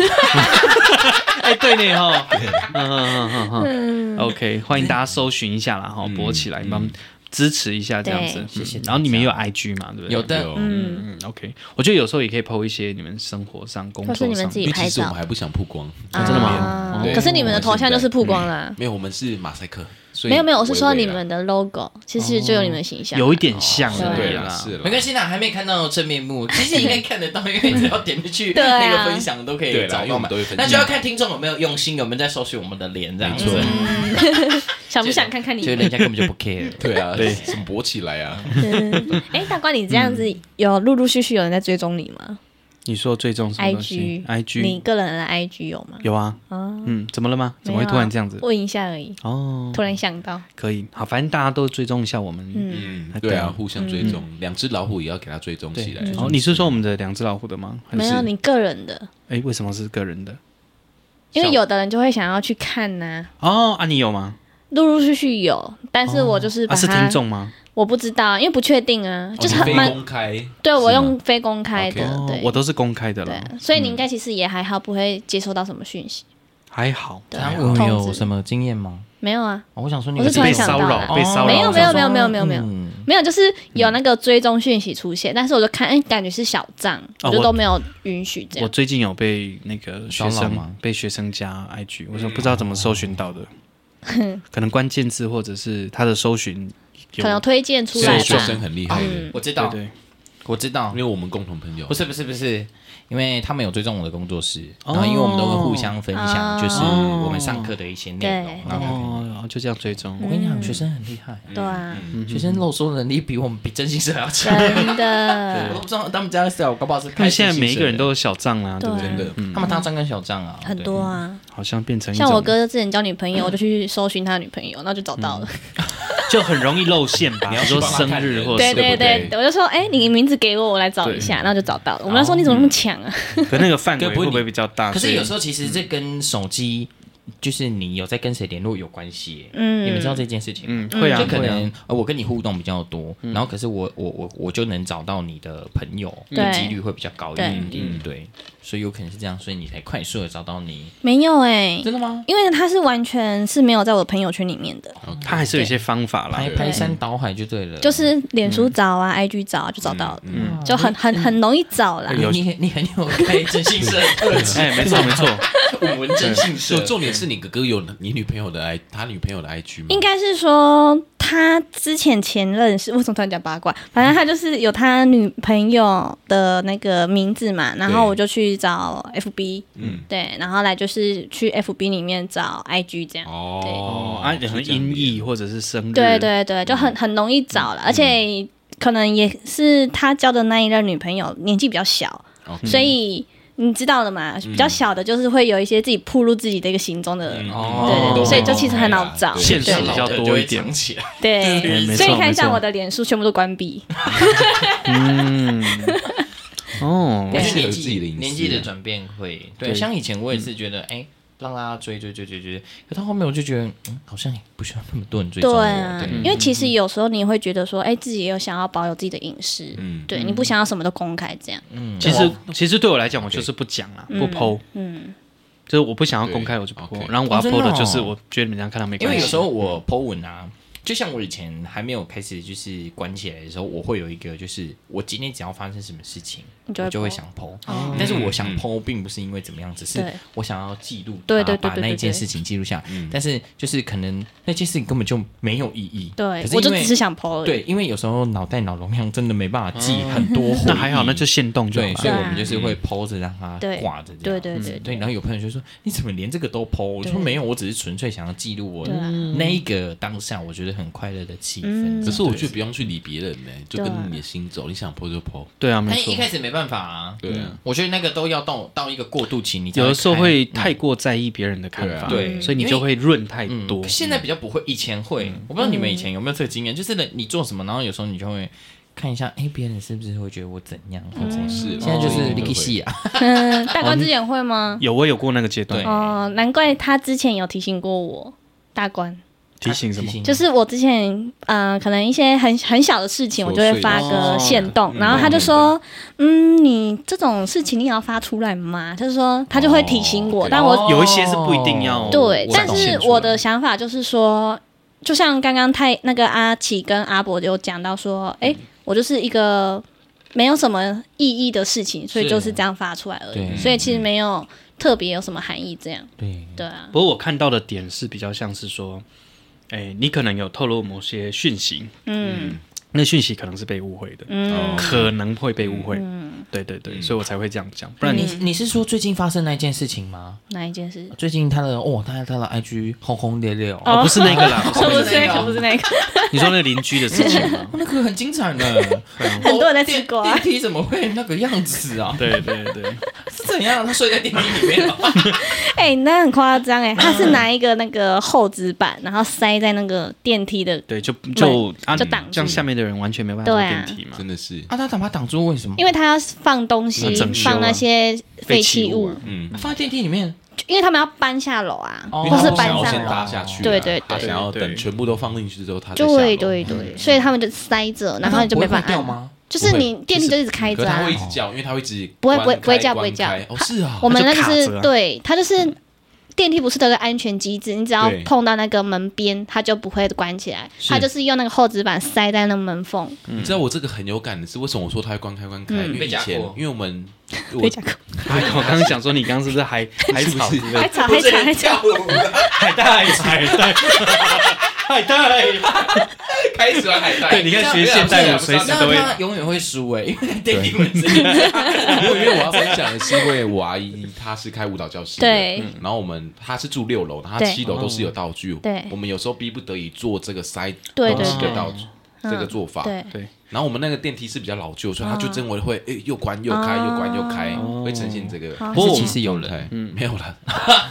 哎，对呢哈， (laughs) 嗯嗯嗯嗯嗯，OK，欢迎大家搜寻一下啦哈，博起来帮我们支持一下这样子谢
对，
谢。然后你们也有 IG 嘛，对不对？
有的，
有
嗯，
嗯，嗯，OK，我觉得有时候也可以 PO 一些你们生活上、工
或是
作
你们
上
自，己
因为
拍
其实我们
照。
还不想曝光，
啊真的吗
啊
哦
可是你们的头像就是曝光啦。
没有，我们是马赛克，所以
没有没有，我是说
微微
你
啦
们的 logo 其实就有你们的形象。
有一点像
哦
而
对
已
啦，
啦。
是啦
没关系啦，还没看到正面目，其实应该看得到，因为只要点进去
对啊
那个分享都可 (laughs) 以
对啦
找
因为
到
我们
嘛
都会分。享
啊那就要看听众有没有用心，有没有在搜寻我们的脸这样子
没。错
想不想看看你
就
们？
人家根本就不 care。 (laughs)
对啊，
对
什么勃起来啊？
嗯哎，大官，你这样子
嗯
有陆陆续续有人在追踪你吗
你说最重什么东西
？IG
？IG，
你个人的 IG 有吗？
有啊，
啊，
嗯，怎么了吗？怎么会
没有啊
突然这样子？
问一下而已，
哦，
突然想到，
可以，好，反正大家都追踪一下我们。
嗯，
嗯
嗯，
对啊，互相追踪，两只老虎也要给它追踪起来。
哦，你是说我们的两只老虎的吗？还
没
是
有你个人的，
哎，为什么是个人的？
因为有的人就会想要去看呐，
哦，啊，你有吗？
陆陆续续有，但是我就是
啊，
把
是
它
听，众吗？
我不知道，因为不确定啊，就是很
哦非
蛮，
公开，
对我
是吗
用非公开的
OK，
哦
对，
我都是公开的
对
了
啊，，所以你应该其实也还好，不会接收到什么讯息，
还好，
他
还
我
好。
通
有
知
什么经验吗？
没有啊，
啊哦我想说哦你
我是突
被
然想
骚
到
扰
啦，
被骚扰，
没有没有没有没有没有没有
嗯
没有，就是有那个追踪讯息出现，但是我就看，哎、感觉是小账，
哦
我就
我
都没有允许这
我
样。
最近有被那个学
骚扰
生
吗
被学生加 IG，我说不知道怎么搜寻到
(laughs)
的，可能关键字或者是他的搜寻有
可能推荐出
所
来
以学
吧
生，很厉害的，
啊嗯
我知
对
道，
对
我知道
因，为我们共同朋友
不。是不是不是，因为他们有追踪我的工作室，
哦
然后因为我们都会互相分享，
哦
就是我们上课的一些内容
对。
然后
哦，然后就这样追踪
嗯
我，跟你讲，学生很厉害，
对啊，
学生漏收能力比我们比真心社还要强。
真
我
的
(laughs) 都不知道他们家的社，我搞不好是
他
开
们现在
真心
每一个人
社
都有小账啦，对不对？
对啊
真的，
的，他们大账跟小账啊，
很多啊。
好像变成一
像我
种
哥之前交女朋友，我就去搜寻他女朋友，然后就找到了。
就很容易露馅吧？
(laughs)
比
你要
如
去
说
帮他
生
看
日
人
或者
对
什么
对
的，
对，我就说，哎、你名字给我，我来找一
嗯
下，然后就找到了。我们那时候你怎么那么强啊？
可那个范围
该不
会
会你
不会比较大？
可是
所以
有时候其实这跟手机，就是你有在跟谁联络有关系耶。
嗯
你们知道这件事情吗？
嗯会啊，
就可
会啊
能、呃我跟你互动比较多，然后可是我我我我就能找到你的朋友的
对
几率会比较高一点点，对，所以有可能是这样，所以你才快速的找到你，
没有哎、
真的吗？
因为他是完全是没有在我的朋友圈里面
哦
的，
他啊还是有一些方法啦
排。排山倒海就对了，
就是脸书找
嗯
啊、IG 找啊，就找到了，
哦
就很很很容易找啦。
你你你很有开真性社特质，
哎，没错没
(laughs)
错，
我们真性社
就，重点是你哥哥有你女朋友的 i，他女朋友的 IG 吗？
应该是说他之前前任是为 (laughs) 什么突然讲八卦？反正他就是有他女朋友的那个名字嘛，然后我就去找 FB，
嗯
对，然后来就是去 FB 里面找 IG 这样。
哦，啊，
是这
很
样
音译或者是生日，
对对对，就很很容易找了，而且可能也是他交的那一任女朋友年纪比较小，
OK
所以。你知道的嘛，比较小的就是会有一些自己铺露自己的一个行踪
嗯
的，对
哦
对，所以就其实很好找，
现实
对
比较多一点
老的就会藏起来。
对没
对，
错
所以你看
没
像
错
我的脸书全部都关闭，
哦
我
对
觉得年
自己
纪
的隐私啊嗯
年纪的转变会，对，像以前我也是觉得，哎，让大家追追追追追，可到后面我就觉得，嗯，好像也不需要那么多人追踪
对
我，
啊，
嗯
因为其实有时候你会觉得说，哎，自己也有想要保有自己的隐私，
嗯
对，你不想要什么都公开这样，
其实其实对我来讲，我就是不讲啦，不剖，
嗯，
就是我不想要公开，我就不
对
剖。
，OK
然后我要
哦真的
剖的就是，
哦
我觉得你这样看到没
因
关系。
为有时候我 Po 文啊，就像我以前还没有开始就是管起来的时候，我会有一个就是我今天只要发生什么事情，
你就会
我就会
po 哦
想 Po，、但是我
嗯
想 Po 并不是因为怎么样，只是
对
我想要记录它，
对对对
把
对
那一
对
件
对
事情记录下来。
嗯
但是就是可能那件事情根本就没有意义，
对
可，是
我就
因为
只是想 PO 而已，
对，因为有时候脑袋脑容量真的没办
嗯
法记很
(laughs)
多
那还好，
回忆
那就啊现动就好
对，所以
了。
我们就是会抛着让它
对
挂着这
对
样。
对对
对，然后有朋友就说：“你怎么连这个都剖？”我说：“
对
没有，我只是纯粹想要记录我
对啊
那一个当下，我觉得很快乐的气
嗯
氛。”
可是我就
去，
不用去理别人呢，就
对
跟你的心走，你想剖就剖。
对啊，没
但
错
一。开始没办法啊。
对啊，
我觉得那个都要到到一个过渡期，你才
有的时候
开嗯
会太过在意别人的看法，
嗯对
啊对
所以你就会润太
嗯
多嗯
可。现在比较不会，以前会，我不知道你们以
嗯
前有没有这个经验，就是呢，你做什么，然后有时候你就会看一下，哎，别人是不是会觉得我怎样或怎样？
是
现在就
哦
是 l i 戏啊，
嗯，大关之前会吗？
有我有过那个阶段
对，
哦，难怪他之前有提醒过我，大关。
提醒什么？
嗯
就是我之前，呃，可能一些很很小的事情，我就会发个线动，然后他就说，嗯，你这种事情你也要发出来吗？就是说，他就会提醒我，但
哦
我
有一些是不一定要
对，但
展现
是
出来
我的想法就是说，就像刚刚太那个阿奇跟阿伯有讲到说，哎、我就是一个没有什么意义的事情，所以
是
就是这样发出来而
对
已，所以其实没有特别有什么含义，这样
对，
对啊，
不过我看到的点是比较像是说，哎，你可能有透露某些讯息，
嗯
那讯息可能是被误会的，
嗯，
可能会被误会。对对
嗯
对，所以我才会这样讲，不然
你
你
你是说最近发生那件事情吗？
哪一件事？
最近他的哦，他他的 IG 轰轰烈烈哦，
哦不是那
(laughs)
个啦，不是那
不
个
是那个，不是那个，
你说那个邻居的事情
(laughs)
吗？
哦那个很精彩呢，很
很多人在吃瓜
电梯怎么会那个样子啊？ (laughs)
对对对，
是怎样？他睡在电梯里面啊了？
(laughs) 哎、那很夸张哎，他是拿一个那个厚纸板，然后塞在那个电梯的，
对，就就啊，
就挡住
这样下面的人完全没办法坐
对啊
电梯嘛。
真的是，
啊，他打把挡住，为什么？
因为他要放东西
要整，修啊
放那些废弃
物
物
啊，
嗯，
放在电梯里面，
因为他们要搬下楼啊，
哦
因
或
为他
是
不
搬
想要
上
先
楼。
搭下去啊，
对对
他
对
想要等
对
全部都放进去之后，他再下楼
对对对，所以他们就塞着，然后你就没办法
那它不会坏掉
按
吗？
就是你电梯就一直开
可是
着
他
啊
会一。直叫，因为他会一直
不会不会
关开
不会叫不会
关开
叫
哦，是啊，
我们那
它就
个
卡
是
着啊
对，它就是电梯不是都有个安全机制，你只要
对
碰到那个门边，它就不会关起来，它就是用那个厚纸板塞在那门缝。
你知道我这个很有感的是，为什么我说他会关开关开？因为
被
以
夹
前
过，
因为
(laughs)
我们
嗯被
我
夹过
哎我刚刚想说，你刚刚是不是
(laughs)
还还吵之类的
啊还吵还吵还吵，
海带，海带，海
(laughs)
带。
开始玩 (laughs) 海带，
对你看学现代舞随时都会
啊那他永远会输哎， (laughs) 因为电梯门是
因为因为我要分享的是，因为我阿姨她是开舞蹈教室的，
对
嗯然后我们她是住六楼，然后她
对
七楼都是有道具，
对
我们有时候逼不得已做这个塞
对嗯
东西
对对
的道具。这个做法，
对
对，
然后我们那个电梯是比较老旧，所以它就真的会诶又关又开，又关又开，会呈现这个。
不过我
其
们
实有人
对，没有欸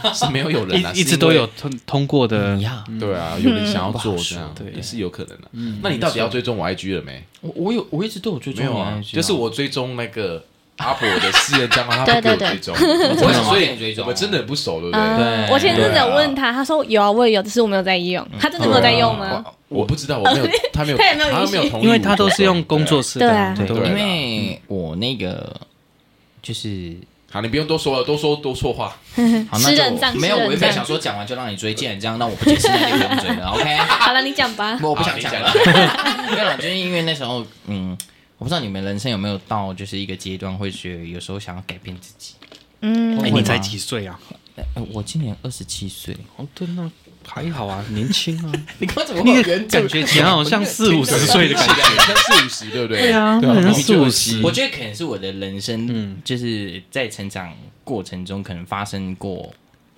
人，是没有有人啊，
嗯一一
是
直
因
都
为
有通通过的
一，样。
对啊，有人想要做这样，
嗯对嗯
也是有可能的。那你到底要追踪我 IG 了没？
我我有我一直都有追
没
踪
有
你
啊
的，IG
就是
哦
我追踪那个阿婆的私人账号，他
对
不给我
对
追踪，
真的吗
所
不给你
以
追
我们
踪
真的很不熟，对不
嗯，
对？
哎对
我前阵子
对啊啊
有问他，他说有啊，我也有，只是我没有在用。他真的没有在用吗？
我不知道，我没有，他没有，
他也没有
他
允许
没有同意我做，
因为他都是用工作室的，
对啊
对
对
因为我那个就是
好，你不用多说了，多说多错话。
好那就
嗯私人账
没有，
私人
我原本
账
想说讲完就让你追，既然这样，那我不解释那就不用追
(laughs)
了，OK？
好了，你讲吧。
我不想讲了
好，
没有啦，就是因为那时候，嗯，我不知道你们人生有没有到就是一个阶段，会觉得有时候想要改变自己。
嗯，
哎
会
你
吗
才几岁啊？
呃我今年二十七岁，
哦，对，那还好
(laughs)
啊，年轻啊，
你刚怎么
那个感觉起来好像 (laughs) 四五十岁的感觉。
像 (laughs) 四五十，对不对？对
啊那人家四五十
我觉得可
嗯
能是我的人生，就是在成长过程中可能发生过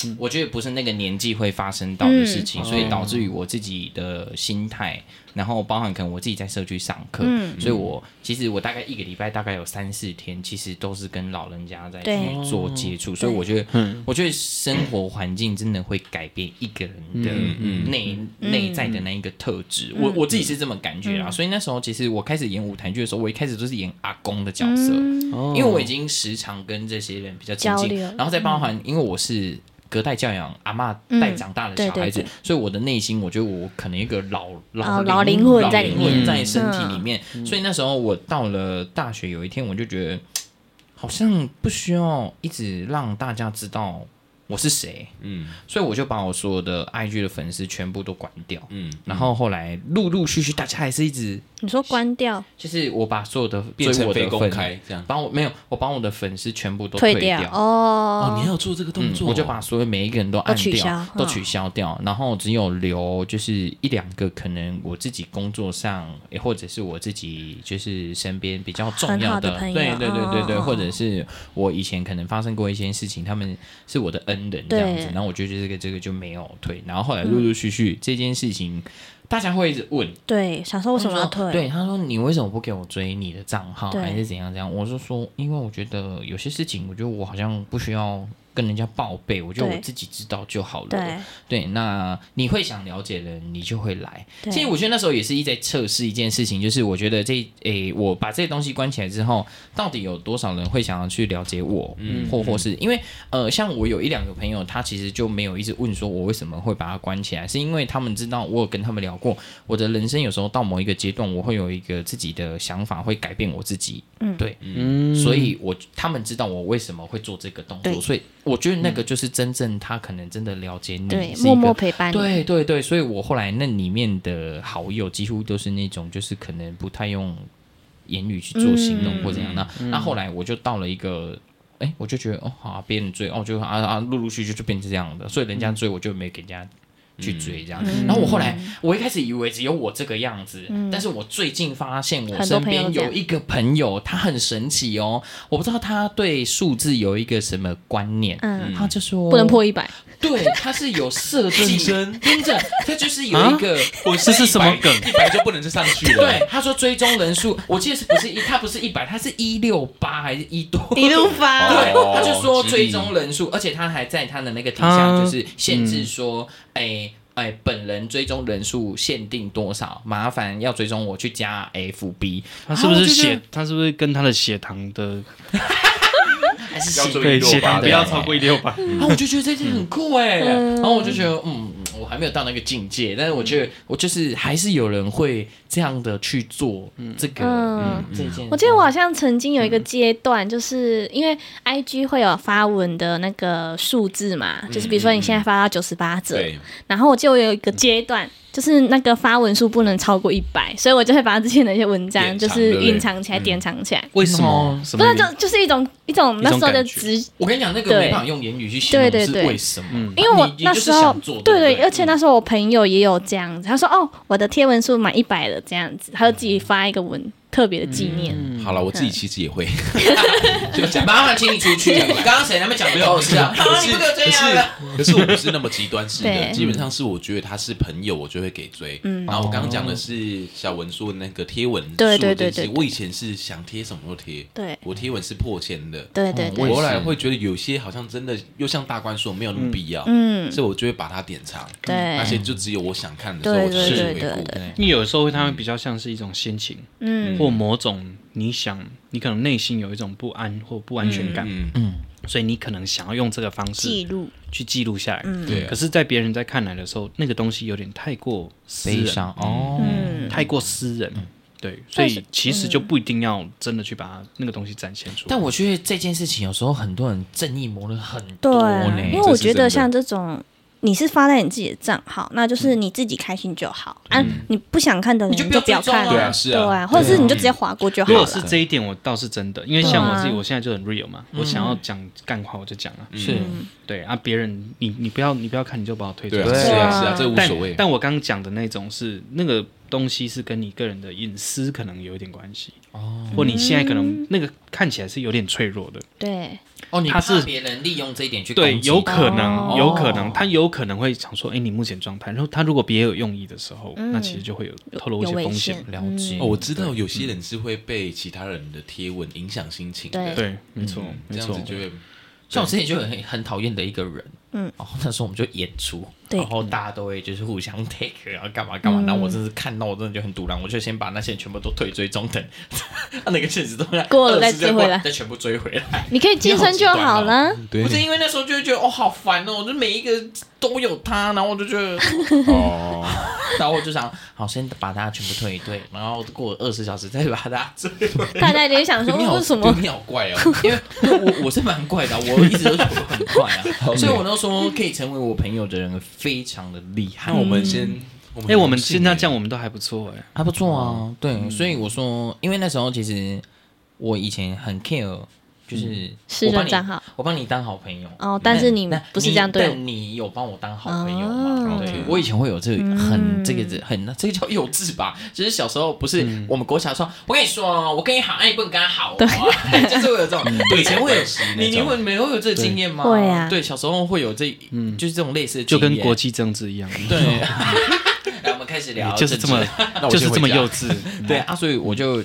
嗯
我觉得不是那个年纪会发生到的事情，所以导致于我自己的心态，然后包含可能我自己在社区上课，所以我其实我大概一个礼拜大概有三四天，其实都是跟老人家在
对
去做接触，所以我觉得，我觉得生活环境真的会改变一个人的内内在的那一个特质，我我自己是这么感觉啊，所以那时候其实我开始演舞台剧的时候，我一开始都是演阿公的角
嗯
色，
哦
因为我已经时常跟这些人比较亲
交
近
流，嗯
然后再包含，因为我是隔代教养阿嬷带长大的小孩
嗯
子，
对对对
所以我的内心，我觉得我可能有一个老老
哦老
灵
灵魂
老
在里
魂
面嗯
在身体里面，所以那时候我到了大学，有一天我就觉得，好像不需要一直让大家知道我是谁，
嗯
所以我就把我所有的 IG 的粉丝全部都关掉。
嗯，
然后后来陆陆续续，大家还是一直，
你说关掉，
就是我把所有的
变
追
成
我
非
的
公
粉
开这样
把我没有，我把我的粉丝全部都
退
掉，
哦，你还
哦，
有做这个动
嗯
作，
我就
(laughs)
把所有每一个人都按
都取
掉
消，
都
嗯
取消掉，然后只有留就是一两个可能我自己工作上，也或者是我自己就是身边比较重
很
要
好的
的，
朋友
对对对对对，
嗯嗯嗯
或者是我以前可能发生过一些事情，他们是我的恩人这样子
对，
然后我就觉得这个这个就没有退，然后后来陆陆续续、这件事情。大家会一直问，
对，想说为什么要退？
对，他说你为什么不给我追你的账号，
对
还是怎样怎样？我是说，因为我觉得有些事情，我觉得我好像不需要跟人家报备，我觉得
对
我自己知道就好了。
对
对，那你会想了解的人，你就会来。
对
其实我觉得那时候也是一直在测试一件事情，就是我觉得这诶，我把这些东西关起来之后，到底有多少人会想要去了解我，嗯，或或是因为呃，像我有一两个朋友，他其实就没有一直问说我为什么会把它关起来，是因为他们知道我有跟他们聊过，我的人生有时候到某一个阶段，我会有一个自己的想法，会改变我自己。嗯，对，
嗯
所以我他们知道我为什么会做这个动作，
对嗯
所以我觉得那个就是真正他可能真的了解你，
对
嗯是一，个
默默陪伴你，
对对对，所以我后来那里面的好友几乎都是那种，就是可能不太用言语去做行动
嗯
或怎样。那那后来我就到了一个，哎，我就觉得哦，好、啊，别人追哦，就啊啊，陆陆续续就变成这样的，所以人家
嗯
追我就没给人家。去追这样，然后我后来，我一开始以为只有我这个样子，但是我最近发现我
嗯很多
身
朋友
边
都这
有
样
一个朋友，他很神奇哦，我不知道他对数字有一个什么观念，
嗯
他就说
不能破一百，
对，它是有设计
(laughs)
认，真，
跟着它就是有一个，
我
这是什么
啊
梗？
一百就不能再上去了。
对，他说追踪人数，我记得是不是一，它不是一百，它是一六八还是一多？
一路发，
对，
哦
他就说
吉利
追踪人数，而且他还在他的那个底下
啊
就是限制
哦
说，哎哎，本人追踪人数限定多少，麻烦要追踪我去加 FB，
他是不
啊我
是
就觉
血
得？
他是不是跟他的血糖的
还是
要
限
注
定
意
对血糖不
对
要超过一六八？
然后我就觉得这件很酷哎、然后我就觉得嗯，我还没有到那个境界，但是我觉得我就是还是有人会这样的去做这个、嗯
嗯
这件。
我记得我好像曾经有一个阶段，就是因为 I G 会有发文的那个数字嘛，就是比如说你现在发到九十八折，
嗯对，
然后我就有一个阶段，就是那个发文数不能超过一百，所以我就会把之前的一些文章
典藏
就是
对不对
隐藏起来、典藏起来。
为
什么？
什
不
么
是，啊
原因？
就就是一种一种那时候的直，
我跟你讲，那个
对
没办法用言语去形容
对对
是
对
为什么，啊
因为我
嗯你你
那
就是
时候
想做，
对
对不嗯
而且那时候我朋友也有这样子，他说哦，我的贴文数满一百了这样子，他就
嗯
自己发一个文特别的纪念，
好了，我自己其实也 (laughs) 会，
麻烦请你出去。 (laughs) 刚刚谁那边讲没有 (laughs) 是啊，
可
啊你
是
不给我
可
这样了。
是可是我不是那么极端式的，
对
基本上是我觉得他是朋友，我就会给追。
嗯
然后我刚刚讲的是小文说的那个贴文数
对
这
对
件事
对对
情，
对
我以前是想贴什么就贴，
对
我贴文是破千的。
对对
哦我
对，
也
我后
是
来会觉得有些好像真的又像大官说没有那么必要，
嗯，
所以我就会把它典藏，
对
而且就只有我想看的时候，
对
我才去
对
回
对
顾
对对
因为有时候会他们比较像是一种心情，
嗯，
或某种你想，你可能内心有一种不安或不安全感，
嗯，
所以你可能想要用这个方
记
式
录，
去记录下来。
嗯
对啊
可是，在别人在看来的时候，那个东西有点太过私
悲
人，
伤哦，
嗯，
太过私人。对，所
但
以
是
其实就不一定要真的去把它那个东西展现出来。
但我觉得这件事情有时候很多人正义磨了很
对
多
啊
呢，，
因为
哦这
我
是
觉
真的
得像这种。你是发在你自己的账号，那
嗯
就是你自己开心就好。啊，你不想看的人
你就不
就
要
不要
追踪
看
啊
对啊，是
对啊，或者是你就直接划过就好
如
了
果。是这一点，我倒是真的，因为
对啊
像我自己，我现在就很 real 嘛，我想要讲干话我就讲啊。
是
对啊，别人你你不要你不要看，你就把我推出
对啊，
来。
是
对
啊，
啊
是啊，这无
但
所谓。
但我刚刚讲的那种是那个东西是跟你个人的隐私可能有一点关系哦，或你现在可能那个看起来是有点脆弱的，
对，
哦，你
他是
怕别人利用这一点去
对
攻，击
有
你
可能，
哦
有可能，他有可能会想说，哎，你目前状态，然后他如果别有用意的时候，
嗯
那其实就会有透露一
有
些
危
风
险
险。。
了
嗯
解
哦，我知道有
嗯
些人是会被其他人的贴文影响心情
对
的，
嗯
对，没错，
这
没
样
错
子。就会
像我之前就很很讨厌的一个人，
嗯
嗯，然后那时候我们就演出，
对
然后大家都会就是互相 take，然后干嘛干嘛，然后我真是看到我真的就很堵然，我就先把那些人全部都退追踪等，他那个现实中
过了
20
再
就
追
过
回来
再全部追回来。
你可以晋升就好了。
对
不是因为那时候就会觉得哦好烦哦，我就每一个都有他，然后我就觉得，
哦，
(laughs)
然后我就想好先把大家全部退一退，然后过二十小时再把大家追回来。 (laughs)
大家一定想说
(laughs) 你好
为什么？嗯
你好怪
(laughs)
哦，
因为因为我我是蛮怪的啊，我一直都觉得我很怪啊，所以我那时候可以成为我朋友的人非常的厉害
那。我们先，
哎，我们现在这
样，
样，我们都还不错哎。
还不错啊，对，
嗯
所以我说，因为那时候其实我以前很 care，就是
嗯
私
我帮
人
你
账号，
我帮你当好朋友
哦但是你
那
不是这样对我
但你有帮我当好朋友
哦？
吗对
OK，
啊
我以前会有这个
嗯
很这个很这个叫幼稚吧，就是小时候不是
嗯
我们国小说，我跟你说哦，我跟你好，哎，你不能跟他好哦， (laughs) 就是会有这种，
嗯
对，以前会有
关系那，
你你
种
会你们会有这个经验吗？
对会啊
对，小时候会有这，就是这种类似的
嗯就
经验，
跟国际政治一样，
(laughs) 对。
(laughs)
来，我们开始聊
就
政治，
是这么
我
就是
先
这么
回家
幼
(laughs)
稚。
对啊，所以我就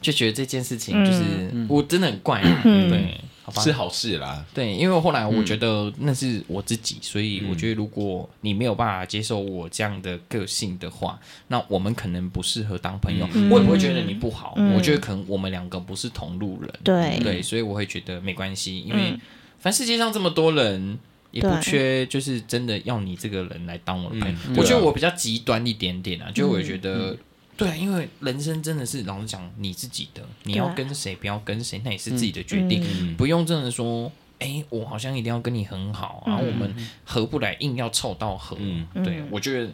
就觉得这件事情
嗯
就是、我真的很怪、啊，
嗯
对，好吧
是。好事啦，
对，因为后来我觉得那是我自己，所以我
嗯
觉得如果你没有办法接受我这样的个性的话，那我们可能不适合当朋友。我也不会觉得你不好，
嗯
我觉得可能我们两个不是同路人。
对
对，所以我会觉得没关系，因为
嗯
反正世界上这么多人。也不
对
缺，就是真的要你这个人来当我的朋友。
嗯
我
对啊
觉得我比较极端一点点啊，就我
嗯
觉得，对啊，因为人生真的是老实讲，你自己的，你要
对啊
跟谁，不要跟谁，那也是自己的决定，
嗯
不用真的说，哎、我好像一定要跟你很好，
嗯
然后我们合不来，硬要凑到合。
嗯
对，我觉得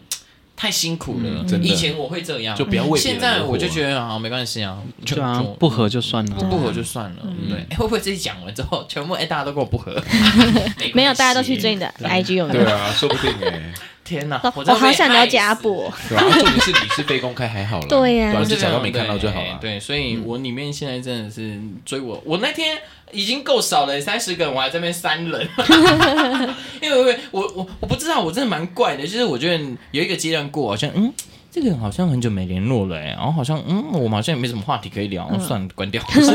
太辛苦了。
真的
以前我会这样，
就不要为别人
现在
而活
我就觉得啊，没关系啊，就
对啊
就，
不合就算了，
不合就算了，
啊
对。
嗯
哎会不会自己讲完之后，全部哎、大家都跟我不合？
(laughs) 没有，大家都去追你的
对
IG 有没
对
有？
啊，说不定哎，
天哪，
我
真的被
好想了解
害
阿
死
伯，
对啊，重点是你是非公开还好啦，
对呀
啊，就假装没看到就好了，嗯
对，所以我里面现在真的是追我，我那天已经够少了，三十个人，我还在那边三人， (laughs) 因为我我我我不知道，我真的蛮怪的，就是我觉得有一个阶段过，好像嗯。这个人好像很久没联络了、欸，然后好像嗯，我们好像也没什么话题可以聊，算了，关掉。
(laughs)
不是，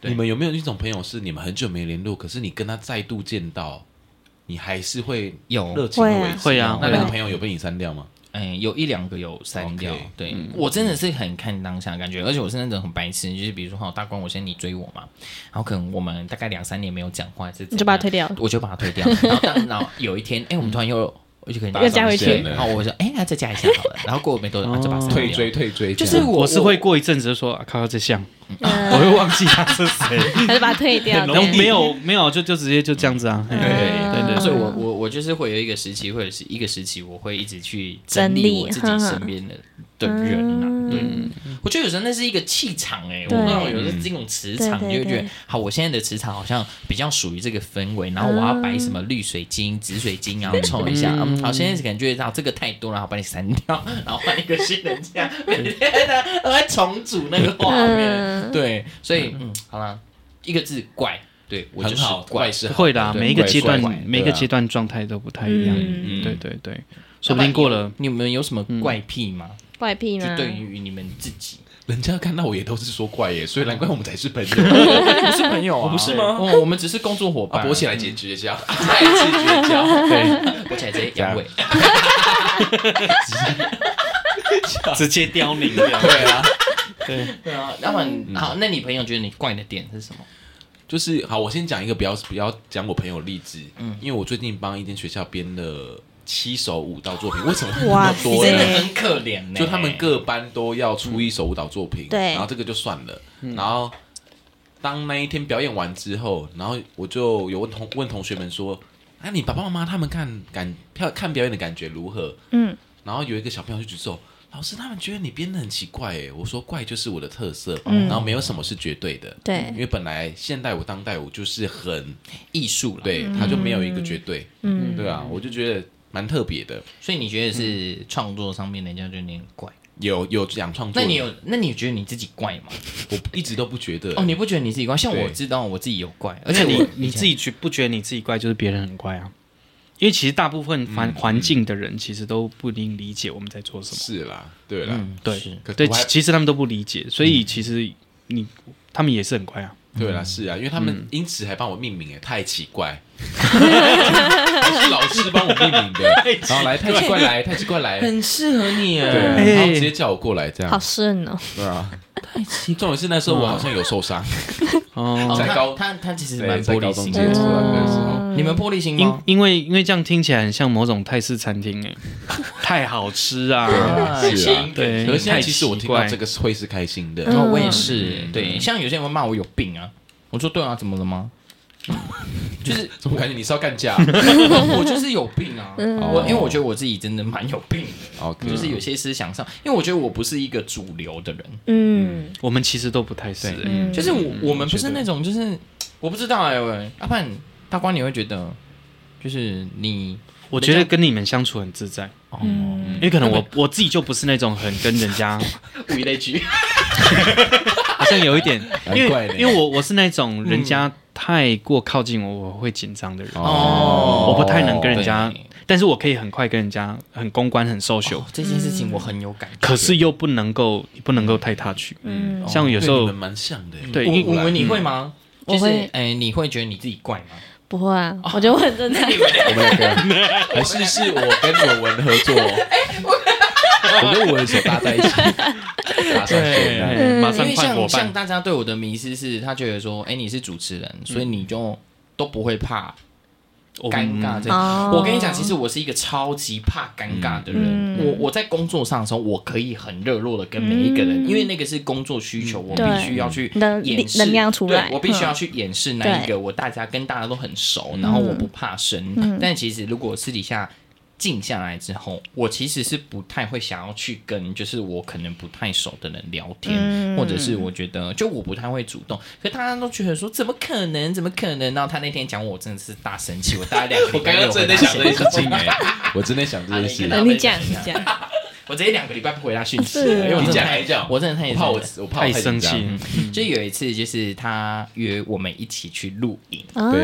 对
你们有没有一种朋友是你们很久没联络，可是你跟他再度见到，你还是会
有
热情
会
的
啊
维持吗？
会啊
那
会啊
那个朋友有被你删掉吗？
哎，有一两个有删掉
OK，
对、我真的是很看当下的感觉，而且我是那种很白痴，就是比如说好大关，我先你追我嘛，然后可能我们大概两三年没有讲话，是怎样
你就把它推掉
我就把它推
(laughs)
掉，然后当然后有一天，哎，我们突然又我就可以
又加回去哦
然后我说，哎，那再加一下好了，然后过没多久，啊就把它删掉
退追，退追，
就
这
是
样
我
我是会过一阵子就说啊，靠靠这项， (laughs) 我
嗯，
会忘记他是
(laughs)
谁，
还是把它退掉？
然后
对
没有没有就就直接就这样子啊，嘿
啊对
对对
嗯
对，
对
所以我我我就是会有一个时期，或者是一个时期，我会一直去
整
整
理嗯
理我自己
(laughs)
身边的的人呐。对，我觉得有时候那是一个气场哎，我
对嗯
不知道有时候这种磁场，
对对
你就会觉
对
得好，我现在的磁场好像比较属于这个氛围，然后我要摆什
嗯
么绿水晶、紫水晶，然后凑一下，嗯，好，现在感觉到这个太多了，然后把你删掉，然后换一个新人
(laughs)
这样，每天呢我在重组那个画面，
嗯
对，所以嗯，好啦，一个字怪。对，我就是
很好，怪是好
会啦，
对
每一个
怪
阶
是
段
好的
每一个
对啊
阶段状态都不太一样，
嗯
对对对，说不定过了。
你们有什么怪癖吗？
怪癖
就
吗？
对于你们自己，
(laughs) 人家看到我也都是说怪耶，所以难怪我们才是朋 (laughs) 友。
不是朋友啊？不是吗？哦，我们只是工作伙
啊，
伴。
勃起来解决一 (laughs) 下，再次绝 (laughs) 交，对，
勃起来直接阳痿。
直接凋零
对啊，
对啊，要不然好，那你朋友觉得你怪的点是什么？
就是好，我先讲一个，不要不要讲我朋友例子，嗯，因为我最近帮一间学校编了七首舞蹈作品，为什么会 (laughs) 那
哇
么多
塞
呢
真？的很可怜呢。
就他们各班都要出一首舞蹈作品，
对
然后这个就算了，
嗯
然后当那一天表演完之后，然后我就有问同问同学们说，啊，你爸爸妈妈他们看感票看表演的感觉如何？
嗯，
然后有一个小朋友就举手，老师他们觉得你编的很奇怪哎，我说怪就是我的特色，然后没有什么是绝对的，
嗯对
因为本来现代舞、当代舞就是很
艺术了，，
对，它就没有一个绝对，
嗯
对啊，我就觉得蛮特别的，
所以你觉得是创作上面人家觉得你很怪？
有有讲创作，
那你有？那你觉得你自己怪吗？
我一直都不觉得
哦，你不觉得你自己怪？像我
对
知道我自己有怪，而
而
且
且
我
你你自己觉不觉得你自己怪，就是别人很怪啊？因为其实大部分环环境的人其实都不一定理解我们在做什么，
是啦，嗯对
嗯
啦，
对
可
对，
我还
其其实他们都不理解，所以其实你他们也是很怪啊。
对啦，是啊，因为他们因此还帮我命名，哎，太奇怪，还是老师帮我命名的，然后来太奇怪来，太奇怪来，
很适合你
对，
耶。
哎
然后直接叫我过来这
好
样，
顺哦，
对啊，重点是那时候我好像有受伤，
嗯
哦，
在高
他他他其实
对
蛮
在
玻
高
璃
中
心
接触
的，
到的时候，
你们玻璃心
因
吗？
因为因为这样听起来很像某种泰式餐厅哎，太好吃啊！
啊
是啊，
对
可是现在
太
其实我
奇
听到
怪
这个是会是开心的，
哦，我
嗯
也是，
欸
对，像有些人会骂我有病啊，我说对啊，怎么
(laughs)
了吗？就是
怎么感觉你是要干架哦
我就是有病啊，嗯
嗯
我因为我觉得我自己真的蛮有病的，
？OK，
就是
嗯
有些思想上，因为我觉得我不是一个主流的人，
嗯，
我们其实都不太是
对
哎
嗯
就是我我们不是那种就是我不知道哎、喂，阿盼大瓜你会觉得就是你
我觉得跟你们相处很自在，
哦
嗯
因为可
(laughs)
能我我自己就不是那种很跟人家
物以类聚，
好像有一点，因
难怪
为
嘞
因为我我是那种人
嗯
家太过靠近我，我会紧张的人，
(laughs) 哦
我不太能跟人家
对，
但是我可以很快跟人家很公关很 social，
哦这件事
嗯
情我很有感觉，
可是又不能够你不能够太 touch，
嗯
像有时候
哦对你
哦
们蛮像的，
对
我
因嗯
我们你会吗？
我
就是
会
哎、你会觉得你自己怪吗？
不会啊，
哦
我觉得我很正常。
我们两个， (laughs) 还是是我跟有文合作， (laughs) 我跟文手搭在 (laughs) 一起，搭上线啊
哎马
嗯
上换
因为像
伙
像
伴，
大家对我的迷思是，他觉得说，哎、你是主持人，所以你就都不会怕
我
尴尬这。
哦
我跟你讲，其实我是一个超级怕尴尬的人。
嗯
我我在工作上的时候，我可以很热络的跟每一个人，因为那个是工作需求，我必须要去
(laughs) 嗯能
掩饰
能
(laughs)
量出来嗯
对我必须要去掩饰那一个我大家跟大家都很熟，然后
嗯
我不怕生。但其实如果私底下静下来之后，我其实是不太会想要去跟就是我可能不太熟的人聊天，
嗯
或者是我觉得就我不太会主动，可大家都觉得说怎么可能，怎么可能？然后他那天讲我，我真的是大生气，我大概两个礼
我
拜
刚
没有
刚
回
真的
他
在想这
信
件
息
事情哎，我真的想这件事，
那你讲你讲，
我直接两个礼拜不回他讯息了，
是
因为我真
你
的
讲
太
还讲，
我真的太
我怕我嗯
紧张了
我怕我
太
紧
生
张
气，
就有一次，就是他约我们一起去露营，
啊
对，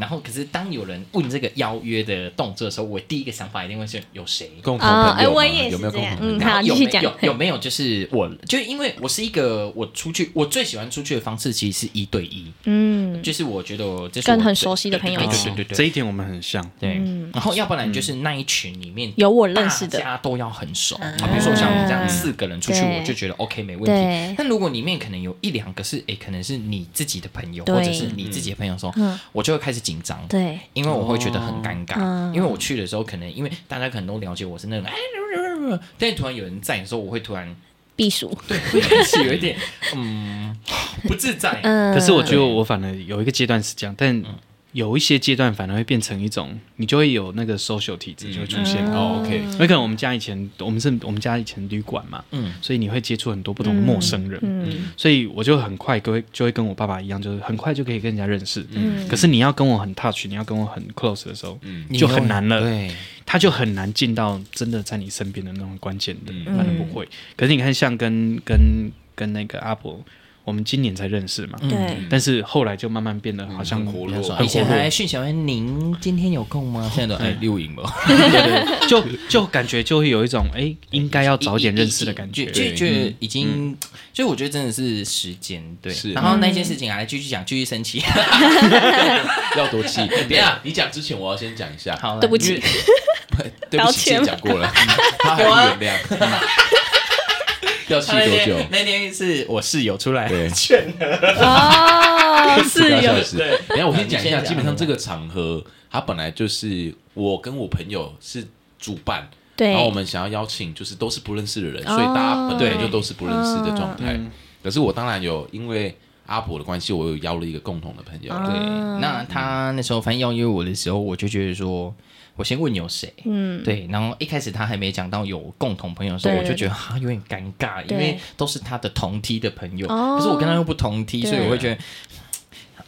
然后可是当有人问这个邀约的动作的时候，我第一个想法一定会是有谁。
共同朋友吗
啊哎我也是
有没有
这
共
样
同朋友？
嗯好
有
继
没
续
有
讲 (laughs)
有有没有就是我，就因为我是一个我出去我最喜欢出去的方式，其实是一对一，
嗯，
就是我觉得我这是
跟
我
很
最
熟悉的
对
朋友
对
一起
对
嗯
对对对
这一嗯点我们很像，
对，然后要不然就是那一群里面
有我认识的
大家都要很熟。啊比如说像我们
嗯
这样四个人出去，
对
我就觉得 OK 没问题
对。
但如果里面可能有一两个是，哎，可能是你自己的朋友，
对嗯
或者是你自己的朋友的时候，我就会开始紧张。
对，
因为我会觉得很尴尬，
哦嗯
因为我去的时候，可能因为大家可能都了解我是那种，哎， (laughs) 但突然有人在的时候，我会突然
避
(laughs)
暑，
会开始有一点，嗯，不自在。
嗯，
可是我觉得我反而有一个阶段是这样，
嗯
但有一些阶段反而会变成一种，你就会有那个 social 体质就会出
嗯
现。
哦，OK，
因为可能我们家以前，我们是我们家以前旅馆嘛，
嗯
所以你会接触很多不同的陌生人，
嗯
所以我就很快就会就会跟我爸爸一样，就是很快就可以跟人家认识。
嗯
可是你要跟我很 touch，你要跟我很 close 的时候，
嗯
就很难了哦
对，
他就很难进到真的在你身边的那种关键的，
嗯
反正不会。可是你看，像跟跟跟那个阿伯，我们今年才认识嘛，
对，
但是后来就慢慢变得好像
嗯很活络
比较
很
爽
活
以
(laughs)
前还讯小恩，您今天有空吗？现
嗯
在都哎六营吧，
(laughs) 就就感觉就会有一种哎、应该要早点认识的感觉。
就就觉
嗯
得已经，所以我觉得真的是时间对
是。
然后那
嗯
件事情啊，来继续讲，继续
(laughs)
生气。
要多气。 (laughs) 等一下，你讲之前我要先讲一下，
好，
对不起
(laughs)
因为，
对不
道
起，之前
歉
讲过了，嗯 (laughs) 他还不原谅，
(laughs)
要气
他
(laughs)
那
多
天
久？
那天是我室友出来
对
劝
(laughs)
哦，
不
是
要
有
笑死。等一下我先讲一
你先
下，
讲
基本上这个场合，它本来就是我跟我朋友是主办，
对
然后我们想要邀请就是都是不认识的人，
哦
所以大家本来
对
就都是不认识的状态
嗯。
可是我当然有，因为阿婆的关系，我有邀了一个共同的朋友。
嗯
对，那他那时候反正邀约我的时候，我就觉得说，我先问有谁，嗯，对，然后一开始他还没讲到有共同朋友的时候，
对
我就觉得啊有点尴尬，因
对
为都是他的同梯的朋友，
哦
可是我跟他又不同梯，
对
所以我会觉得。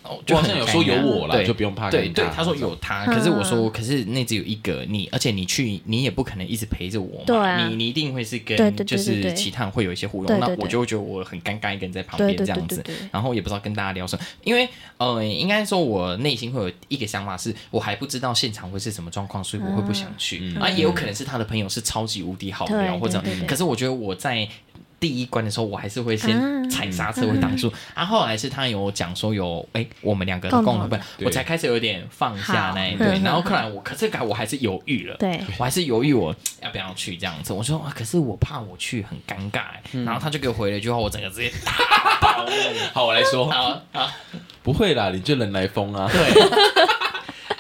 哦就
我好
很
像有说
尴
有
尬
我啦，
对
就不用怕
对
尴
对
尬，。
他说有他，可是我
啊
说，可是那只有一个你，而且你去，你也不可能一直陪着我嘛，
对啊
你你一定会是
对对
跟
对
就
对
是
对
其他人会有一些互
对对
动，那
对
我就会觉得我很尴尬，一个人在旁
对
边
对
这
对
样
对
子
对，
然后也不知道跟大家聊什么，因为呃，应该说我内心会有一个想法是，我还不知道现场会是什么状况，所以我会不想去
嗯
啊，也有可能是他的朋友是超级无敌好
对
聊
对
或者
对对，
可是我觉得我在。第一关的时候，我还是会
啊
先踩刹车，会
嗯
挡住。啊，后来是他有讲说有，哎、我们两个的
共
共
同
同朋友
对
我才开始有点放下
好
那一
嗯
对，
嗯
然后后来我可这个我还是犹豫了，
对，
我还是犹豫我要不要去这样子。我说啊，可是我怕我去很尴尬欸、然后他就给我回了一句话，我整个直接大爆了。
好，我来说，
好好，
不会啦，你就人来疯
(laughs)
啊。
对。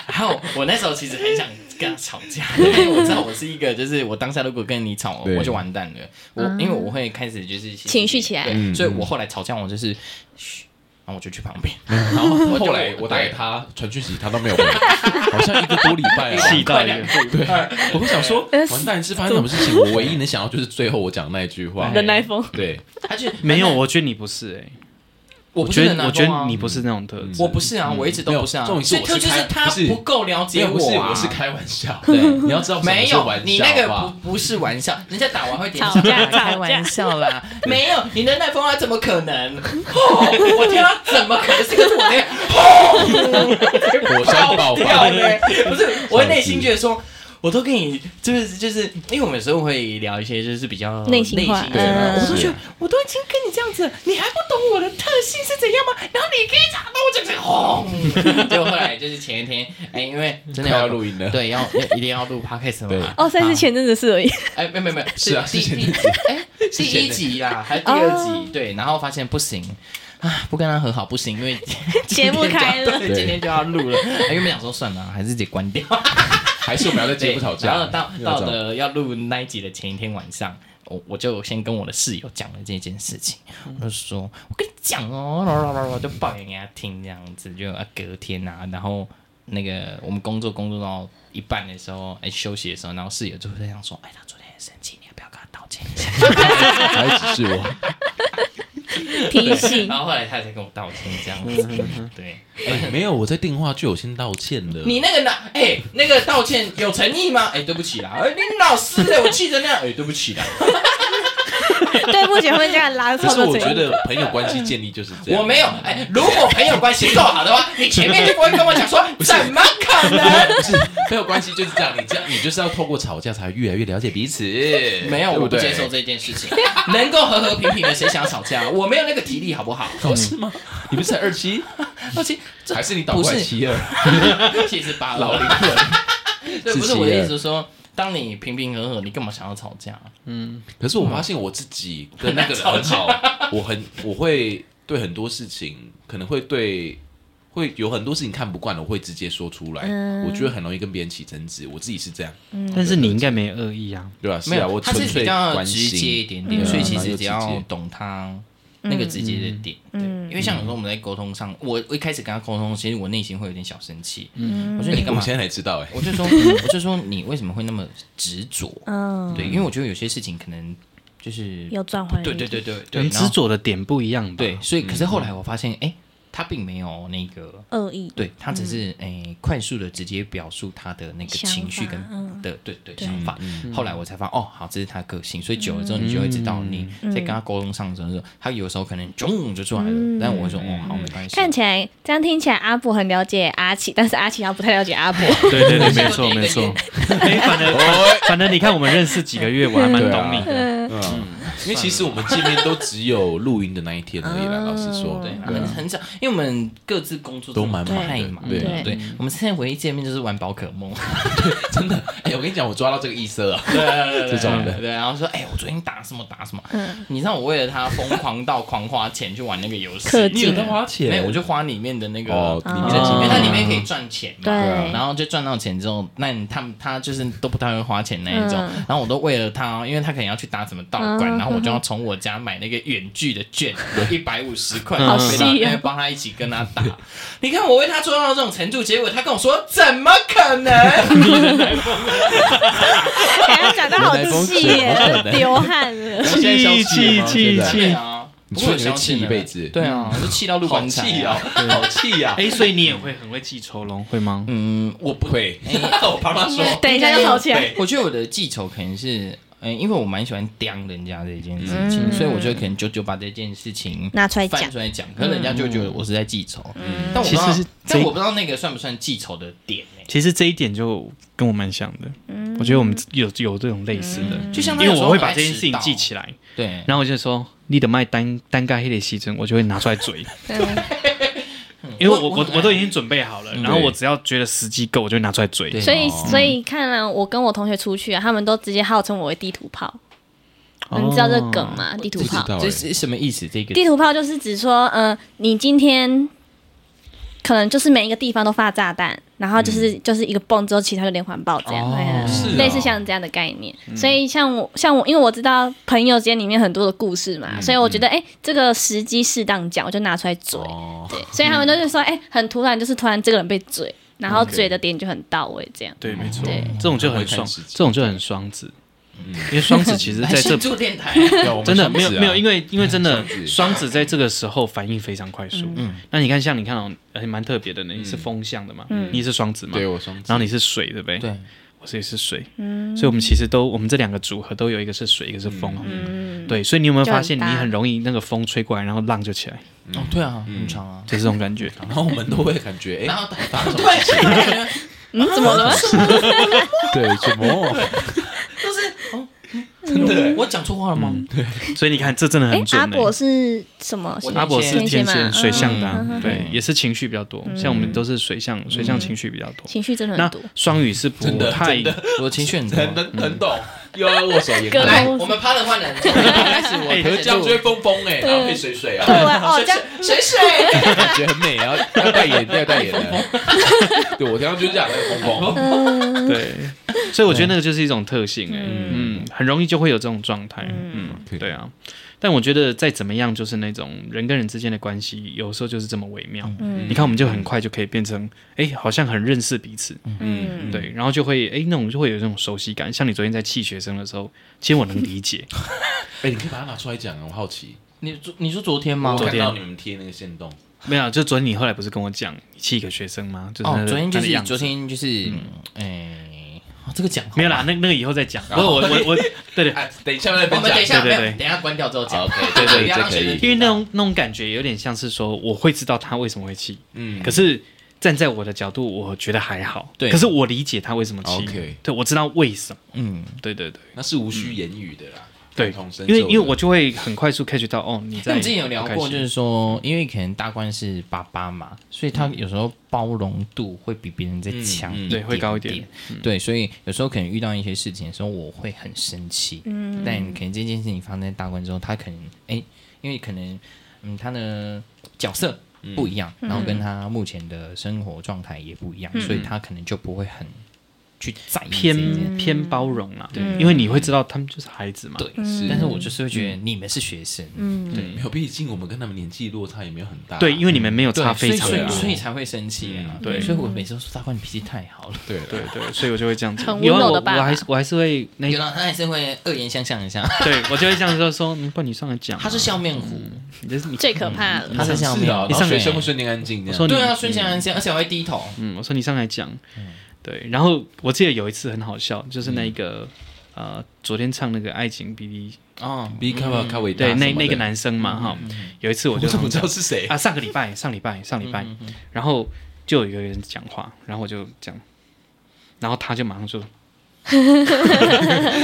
然后我那时候其实很想跟他吵架，因为我知道我是一个，就是我当下如果跟你吵，
对
我就完蛋了。我因为我会开始就是
嗯情绪起来
对
嗯
所以我后来吵架，我就是嘘，然后我就去旁边，
(laughs) 然后
就
后来我打给他传讯息，他都没
(laughs)
有回，好像一个多礼拜
气
啊。
到一
快
个
两个礼拜
我会想说，完蛋是发生什么事情？我唯一能想到就是最后我讲那一句
(laughs)
话。
人来
疯，
对，
他就
没有，，我觉得你不是哎、
我
我
不
觉
是
得
男
我觉
方
得
啊
你不是那种特质，
我不是啊，我一直都不是啊。
嗯没有重点是
所以
我是
就
开
是他
不是
不够了
没
解
有不
我
是，
啊。
我是开玩笑。
(laughs) 对
你要知道什么
没
是
有
玩，笑
你那个
好不好
不不是玩笑，人家打完会点
吵架
手
吵架
开玩笑啦。没有，你的那封啊，怎么可能？哦我天啊，怎么可能是跟我那
火山爆
掉
发，
(laughs) 嘞？不是，我内心觉得说。我都跟你就是就是，因为我们有时候会聊一些就是比较
内心话
的
嗯
我都觉得我都已经跟你这样子了，你还不懂我的特性是怎样吗？然后你可以查到我就是轰。结果后来 (laughs) 就是前一天，哎，因为真的
快要录音了
对，要一定要录 podcast
对
嘛。
哦，算是
啊
前阵子事而已。
哎，没有没有没有，
是啊
第
是前
第
阵
哎第一集啦，还是第二集？对，然后发现不行。啊，不跟他和好不行，因为
节目开了
今天就要对，今天就要录了。哎原本想说算了，还是得关掉。
还是我们要在节目吵架？
然后到
要
到
这样
了要录那一集的前一天晚上，我我就先跟我的室友讲了这件事情，
嗯
我就说，我跟你讲哦，然后然后然后就抱怨给他听，这样子就啊隔天啊，然后那个我们工作工作到一半的时候，哎休息的时候，然后室友就会这样说，哎，他昨天很生气，你要不要跟他道歉一下？
还只是
(laughs)
我。
提醒
然后后来他才跟我道歉，这样
嗯
子， (laughs) 对。
哎，没有，我在电话就有先道歉了。
你那个哪？哎、那个道歉有诚意吗？哎、对不起啦，哎、你老师哎、我气成那样，哎、对不起啦，
对不起，会这样拉
可
错
是
的
我
嘴。
觉得朋友关系建立就是这样。
我没有，哎、如果朋友关系够
(laughs)
好的话，你前面就不会跟我讲说怎么可能？
不是朋友关系就是这样，你这样你就是要透过吵架才会越来越了解彼此。
没有，
对
我
不
不
对
接受。这件事情。 (laughs) 能够和和平平的，谁想要吵
(laughs)
架？我没有那个体力，好不好？
哦，是吗？你不是才二七，
而且这
还是你倒
不
过来
是
七二？
其实八
老灵
了，
魂。
(laughs) 对，
是
不是我的
七二
意思说，当你平平和和，你干嘛想要吵架？
可是我发现我自己跟那个人
嗯
很好，我很我会对很多事情可能会对。会有很多事情看不惯了，我会直接说出来。
嗯
我觉得很容易跟别人起争执，我自己是这样，
但是你应该没恶意啊，
对吧、是
没
啊，
有，
我
他
纯
是比
粹
较
关
直接一
心。
点
对
点，
啊
所以其
然后
实
又
只
直
要
接
懂他那个直接的点，对，因为像有时候我们在沟通上，我我一开始跟他沟通，其实我内心会有点小生气，我说你
嗯
干
我
嘛？
现在才知道、哎，
我就说，嗯我就说你为什么会那么执着？
嗯，
对，因为我觉得有些事情可能就是
有转换。
对对对对对，
人
然后
执着的点不一样吧。
对，所以可是后来我发现，哎，他并没有那个
恶意。
对他只是诶、快速的直接表述他的那个
嗯想
情绪跟
法嗯
的对对想法，后来我才发现哦，好，这是他个性，所以久了之后你就会知道
嗯
你在跟他沟通上的时候，他有时候可能咚就出来了，但我会说哦好没关
嗯
系，
看起来这样听起来，阿布很了解阿奇，但是阿奇好像不太了解阿布。
对对对，没
我
错
第一个
没
(laughs)
错。哎，反正反反正你看，我们认识几个月，我还蛮
啊
懂你的。
(laughs) 因为其实我们见面都只有录音的那一天而
(laughs)
已啦。老实说，
哦对，啊很很少，因为我们各自工作
都蛮
真的
忙的
太忙
对
了
对
对，我们现在唯一见面就是玩宝可梦，
真的，哎、我跟你讲，我抓到这个异色
(laughs)
啊，
对对
这种的
对，然后说哎，我昨天打什么打什么，你知道我为了他疯狂到狂花钱去玩那个游戏，
氪金
你有在花钱？
没有，我就花里面的那个
哦里面
的钱，因为它
哦
里面可以赚钱嘛。
对
然后就赚到钱之后，那你他们他就是都不太会花钱那一种。
嗯
然后我都为了他哦，因为他可能要去打什么道馆，然后我就要从我家买那个远距的券，一百五十块，
好
所以他
细哦
因为帮他一起跟他打。 (laughs) 你看我为他做到这种程度，结果他跟我说怎么可 (laughs) 能？
哎他讲的好细耶，流汗了。
现在消气了
气
吗
气
现在
气！
啊，
你
不
说
过
你
有
会
消
气
遣
一
的
辈子，
对啊，我就气到录
好
棺材
气啊，好气啊！
哎，所以你也会很会记仇龙，会吗？
嗯，
我不会， (laughs) 我爸妈
哎
说，
(laughs) 等一下就吵起来。
我觉得我的记仇可能是，嗯，因为我蛮喜欢刁人家这件事情，所以我觉得可能久久把这件事情
拿出来讲嗯
翻，出来讲，可能人家就会觉得我是在记仇。但我不
其
知道
实是
但
这
我不知道那个算不算记仇的点呢？
其实这一点就跟我蛮像的。我觉得我们有有这种类似的，
嗯就像
因
他
为
有时候
我会把
很爱
这件事情
迟到
记起来，
对，
然后我就说你的麦单单盖黑的西针，我就会拿出来嘴。因为我我我都已经准备好了，然后我只要觉得时机够，我就会拿出来嘴。
对
所以，所以看啊，我跟我同学出去啊，他们都直接号称我为地图炮。
哦
你们知道这个梗吗？地图
不知
炮，
道欸
这是什么意思？这个
地图炮就是指说，呃，你今天可能就是每一个地方都发炸弹，然后就是、就是一个蹦之后，其他就连环爆这样，哎
是啊
类似像这样的概念。所以像我像我，因为我知道朋友间里面很多的故事嘛，所以我觉得哎、这个时机适当讲，我就拿出来嘴。
哦，
对，所以他们都是说，哎、很突然，就是突然这个人被嘴，然后嘴的点就很到位，这样。
对，没错
对，
这种就很
我会
双，
看时机
这种就很双子，因为双子其实
(laughs)
在这
做电台，
对啊我们
真的
双子
没有
啊
没有，因为因为真的
双子
双子在这个时候反应非常快速。嗯，那你看像你看哦，还蛮特别的呢，你是风象的嘛，你也是双子嘛，
嗯对我双子
然后你是水，对不对？
对，
我是也是水，所以我们其实都我们这两个组合都有一个是水，一个是风，嗯，对，所以你有没有发现你
就很搭
很容易那个风吹过来，然后浪就起
(laughs)
来，
哦，对啊，很长啊。
就这种感觉。
然后我们都会感觉，
然
哎，
后发生什么事情？
嗯，怎么了？
对，怎么？
真的，嗯我讲错话了吗？
所以你看，这真的
哎
很、准、欸。
阿果是什么？
我
阿伯是
天蝎
天
嘛
蝎
嗯
水象的啊
嗯，
对，
嗯
也是情绪比较多。像我们都是水象，水象情绪比较多。
情绪真的
那
很多。
双鱼是不太
我情绪很多。啊
很能很懂，又要握手
(laughs)
言
各
来，
来，我们趴着换人，开始我
可是这样就会风风哎，然后配水水
(laughs)
啊，
对啊，哦，这样
水水，
感觉很美，然后要代言，要代
(laughs)
言的。对我刚刚就是这样，那个风风，
对，所以我觉得那个就是一种特性哎，嗯，很容易就会有这种状态，嗯，对啊。但我觉得再怎么样，就是那种人跟人之间的关系，有时候就是这么微妙。
嗯
你看，我们就很快就可以变成，哎，好像很认识彼此，
嗯，
对，然后就会，哎，那种就会有这种熟悉感。像你昨天在气学生的时候，其实我能理
(laughs)
解，
哎，你可以把它拿出来讲啊，我好奇。
(laughs) 你昨你说昨天吗
我？
昨
看
天啊
到你们贴那个线动，
没有，就昨天你后来不是跟我讲你气一个学生吗？就是那个、
哦，昨天就
那个
是
样子
昨天就是，哎，嗯哦这个讲好
没有啦，那那个以后再讲。
哦
不是我我我，对
(laughs)
对，
哎，等一下那
我
边
们等一
讲，
下，
对对
没有
对
等一下关掉之后讲。
好，OK，对对
(laughs) 不要让
这可以
学生
因为那种那种感觉有点像是说，我会知道他为什么会气，
嗯
可是站在我的角度，我觉得还好。
对
可是我理解他为什么气
OK
对我知道为什么。
嗯，
对对对
那是无需言语的啦，
对
感同，身
因为
受的
因为我就会很快速 catch 到，哦，你
那
在
我们之前有聊
不开
过，
心
就是说，因为可能大官是爸爸嘛，所以他
嗯
有时候包容度会比别人再强
嗯嗯
一点
对会高一点嗯
点。对，所以有时候可能遇到一些事情的时候，我会很生气。嗯，但可能这件事情发生在大官之后，他可能哎，因为可能嗯，他的角色不一样，然后跟他目前的生活状态也不一样，所以他可能就不会很去在意这件
偏偏包容啦，因为你会知道他们就是孩子嘛。
对，
是
但是我就是会觉得你们是学生，嗯，
没有，毕竟我们跟他们年纪落差也没有很大，
对，因为你们没有差
嗯所以
非常啊
所
多
以。所以才会生气啊
嗯，对
所以我每次都说大官你脾气太好了，
对
对对，所以我就会这样子。
很温
有啊
柔
我
的爸
我
爸
还是我还是会那
有了他还是会恶言相向一下，
对我就会这样说说，嗯，不然你上来讲啊。
他是笑面虎，
你这是你
最可怕了。
嗯他是笑面
啊，
虎，
然后
上
学
来
生会瞬间安静这
我说
样。
你
对啊，瞬间安静，而且还会低头，
嗯，我说你上来讲，对。然后我记得有一次很好笑，就是那个、呃，昨天唱那个《爱情 B B
哦，
B 看吧，看伟》大
嗯对，
啊什么
那
的嗯
那个，男生嘛哈、有一次我
我
就
怎么
好
知
像
道是谁？嗯
啊，上个礼拜，上礼拜，上礼拜，然后就有一个人讲话，然后我就讲，然后他就马上
(laughs)
就
哦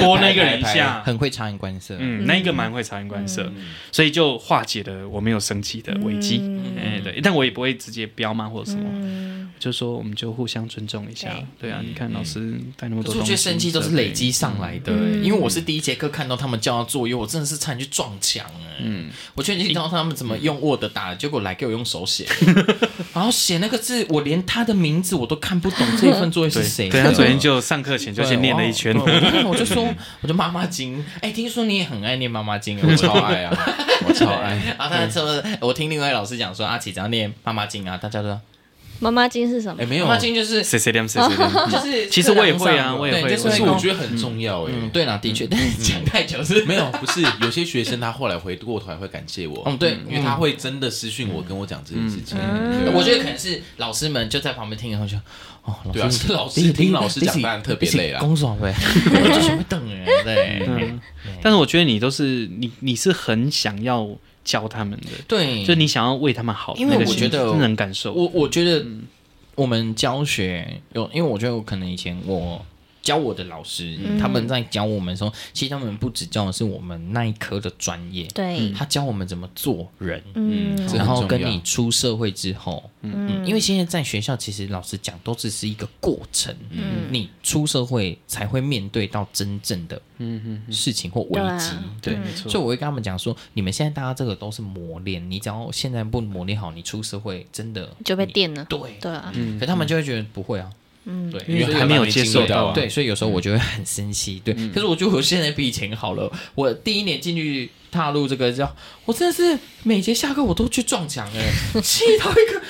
拨那个人一下，
很会察言观色，
嗯，那一个蛮会察言观色，
嗯
所以就化解了我没有生气的危机。
嗯
哎、对，但我也不会直接彪骂或者什么，就说我们就互相尊重一下。对
嗯
啊，你看老师带那么
可
多
是我
东
觉
西，啊
得生气都是累积上来的、欸因为我是第一节课看到他们叫他作业，我真的是差点去撞墙哎、嗯，我确定到他们怎么用 Word 打，结果来给我用手 (laughs) 写，然后写那个字，我连他的名字我都看不懂，这一份作业
对
是谁的？
对啊他昨天就上课前就先念了一圈
对。我对我
(laughs)
就说，我就妈妈经，哎、听说你也很爱念妈妈经，我
我
超
超
爱。
(laughs)
爱啊，我超爱。
(laughs) 哎啊
哦
然后他说，我听另外一位老师讲说，阿奇只要念妈妈经啊，大家都说
妈妈经是什么
哎，？没有
妈，妈经就是
谁谁 m 谁谁 m
就是，
其实我也会啊我也会
对就
可
是
是
会
我
跟
觉得很重要哎。
嗯，对啦，的确，但是讲 (laughs) 太久是
(laughs) 没有，不是有些学生他后来回过头来会感谢我，
嗯对
因为他会真的私讯我跟我讲这件事情，对
我觉得可能是老师们就在旁边听，然后就哦，老
对啊
师
是老师听老师讲当然特别累啦
公爽呗， (laughs) 我就是会等人，哎对
嗯，但是我觉得你都是你你是很想要教他们的，
对，
就你想要为他们好，
因为
那个
我
心
觉得
真的能感受。
我我觉得
嗯
我们教学有，因为我觉得我可能以前我。教我的老师，
嗯
他们在教我们的时候，其实他们不只教的是我们那一科的专业，
对，
他教我们怎么做人，
嗯，
这很
然后
重
跟
要
你出社会之后，嗯，因为现在在学校，其实老实讲，都只是一个过程，嗯，你出社会才会面对到真正的事情或
嗯
危
对啊
机，
对，没错
所以。我会跟他们讲说，你们现在大家这个都是磨练，你只要现在不磨练好，你出社会真的
就被
你。
电了。
对，
对啊，
嗯
可他们就会觉得不会啊，
对，
因为
他
还没有接受到啊嗯
对，
对，所以有时候我就会很生气，对。可是我觉得我现在比以前好了，我第一年进去踏入这个叫，我真的是每节下课我都去撞墙
(laughs)
哎，气到一个，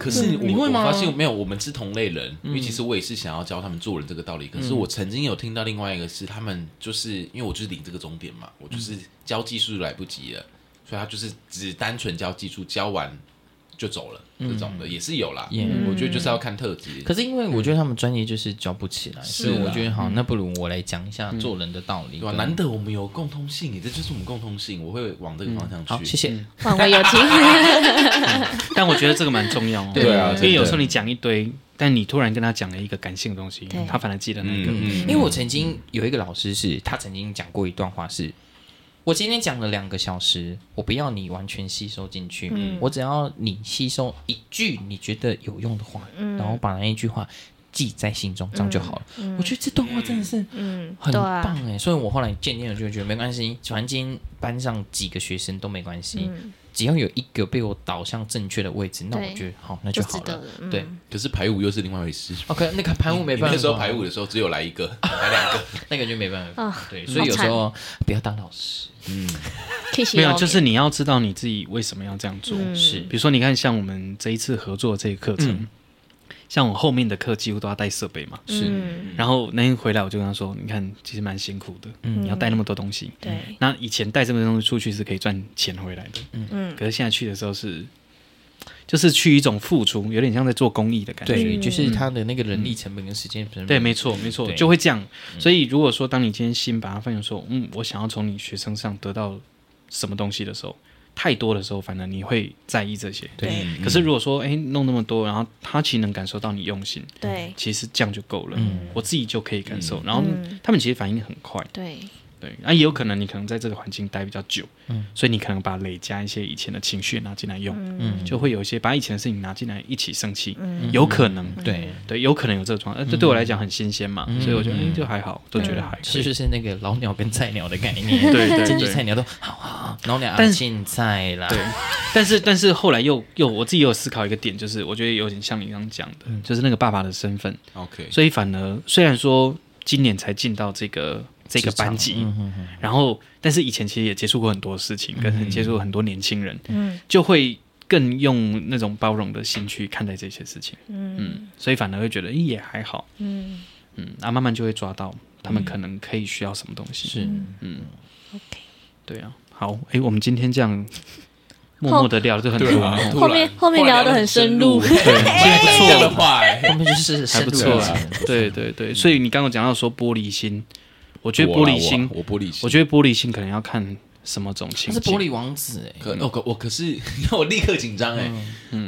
可是
你
我
会
我
吗嗯
发现没有，我们是同类人，因为其实我也是想要教他们做人这个道理。可是我曾经有听到另外一个是，他们就是因为我就是领这个终点嘛，我就是教技术来不及了，所以他就是只单纯教技术，教完就走了，这种的也是有啦。
嗯
我觉得就是要看特质。
可是因为我觉得他们专业就是教不起来，所以
是啊
我觉得
嗯
好，那不如我来讲一下做人的道理
啊
对吧？
跟。
难得我们有共通性，这就是我们共通性。我会往这个方向
嗯好，
去。
谢谢。
万位有情，
但我觉得这个蛮重
(laughs)
要哦。
对啊
因为有时候
真的
你讲一堆，但你突然跟他讲了一个感性的东西
对，
他反而记得那个。
嗯
因为我曾经有一个老师是，他曾经讲过一段话是：我今天讲了两个小时，我不要你完全吸收进去，
嗯
我只要你吸收一句你觉得有用的话，
嗯
嗯
然后把那一句话。记在心中，这样就好了。
嗯
我觉得这段话真的是
嗯，
很
对啊
棒哎、所以我后来渐渐的就觉得没关系，反正今天班上几个学生都没关系，只要有一个被我导向正确的位置，那
嗯对
我觉得好，那
就
就好
值得
了。
了。嗯
对，
可是排舞又是另外一回事。
，OK，那个排舞哦没
你
办法，
那时候排舞的时候只有来一个，
(laughs)
来两个。
那个就没办法。
啊
对，所以有时候不要当老师，
可惜
没有，就是你要知道你自己为什么要这样做。
是嗯
比如说，你看像我们这一次合作的这个课程，像我后面的课几乎都要带设备嘛。
是，
然后那天回来，我就跟他说：“你看，其实蛮辛苦的，
嗯
你要带那么多东西。
对，
那以前带这么多东西出去是可以赚钱回来的，
(laughs)
嗯，
可是现在去的时候是，就是去一种付出，有点像在做公益的感觉。
对，就是他的那个人力成本跟时间成本，
对，没错，没错，
嗯对
就会这样。所以，如果说当你今天心把它放下，说，嗯，我想要从你学生上得到什么东西的时候，太多的时候，反而你会在意这些。
对
嗯
可是如果说，哎，弄那么多，然后他其实能感受到你用心，
对，
其实这样就够了。我自己就可以感受，然后他们其实反应很快。
对，
对，那、也有可能你可能在这个环境待比较久，
嗯
所以你可能把累加一些以前的情绪拿进来用，
嗯
就会有一些把以前的事情拿进来一起生气，有可能，
对，嗯
对，有可能有这个状况，呃这对我来讲很新鲜嘛，所以我觉得哎、就还好，都觉得还可以。
是就是那个老鸟跟菜鸟的概念，
(laughs) 对对对
真是菜鸟都好好，老鸟
但
啊现在啦，
对，但是但是后来又又我自己有思考一个点，就是我觉得有点像你刚刚讲的，
嗯
就是那个爸爸的身份，
OK，
所以反而虽然说今年才进到这个这个班级，
嗯
然后但是以前其实也接触过很多事情，跟
嗯
很接触过很多年轻人，
嗯
就会更用那种包容的心去看待这些事情，
嗯
嗯，所以反而会觉得，诶也还好，
嗯
嗯，啊，慢慢就会抓到他
嗯
们可能可以需要什么东西，
是
，OK，
对啊，好，诶，我们今天这
(laughs)
样默默的聊就
(laughs)
很多，
对啊，
哦
突然
后面后面聊得很深
(laughs)
入
突然聊得很深入这样的话，哎
后面就是
还不错
深入
啊
了，
对对对，所以你刚刚讲到说玻璃心，我觉得玻璃心，
我啦我玻璃心，
我觉得玻璃心可能要看什么种
他
情
是
境。
玻璃王子
嗯
哎，
可我可我哦可是， (laughs) 你看我立刻紧张哎，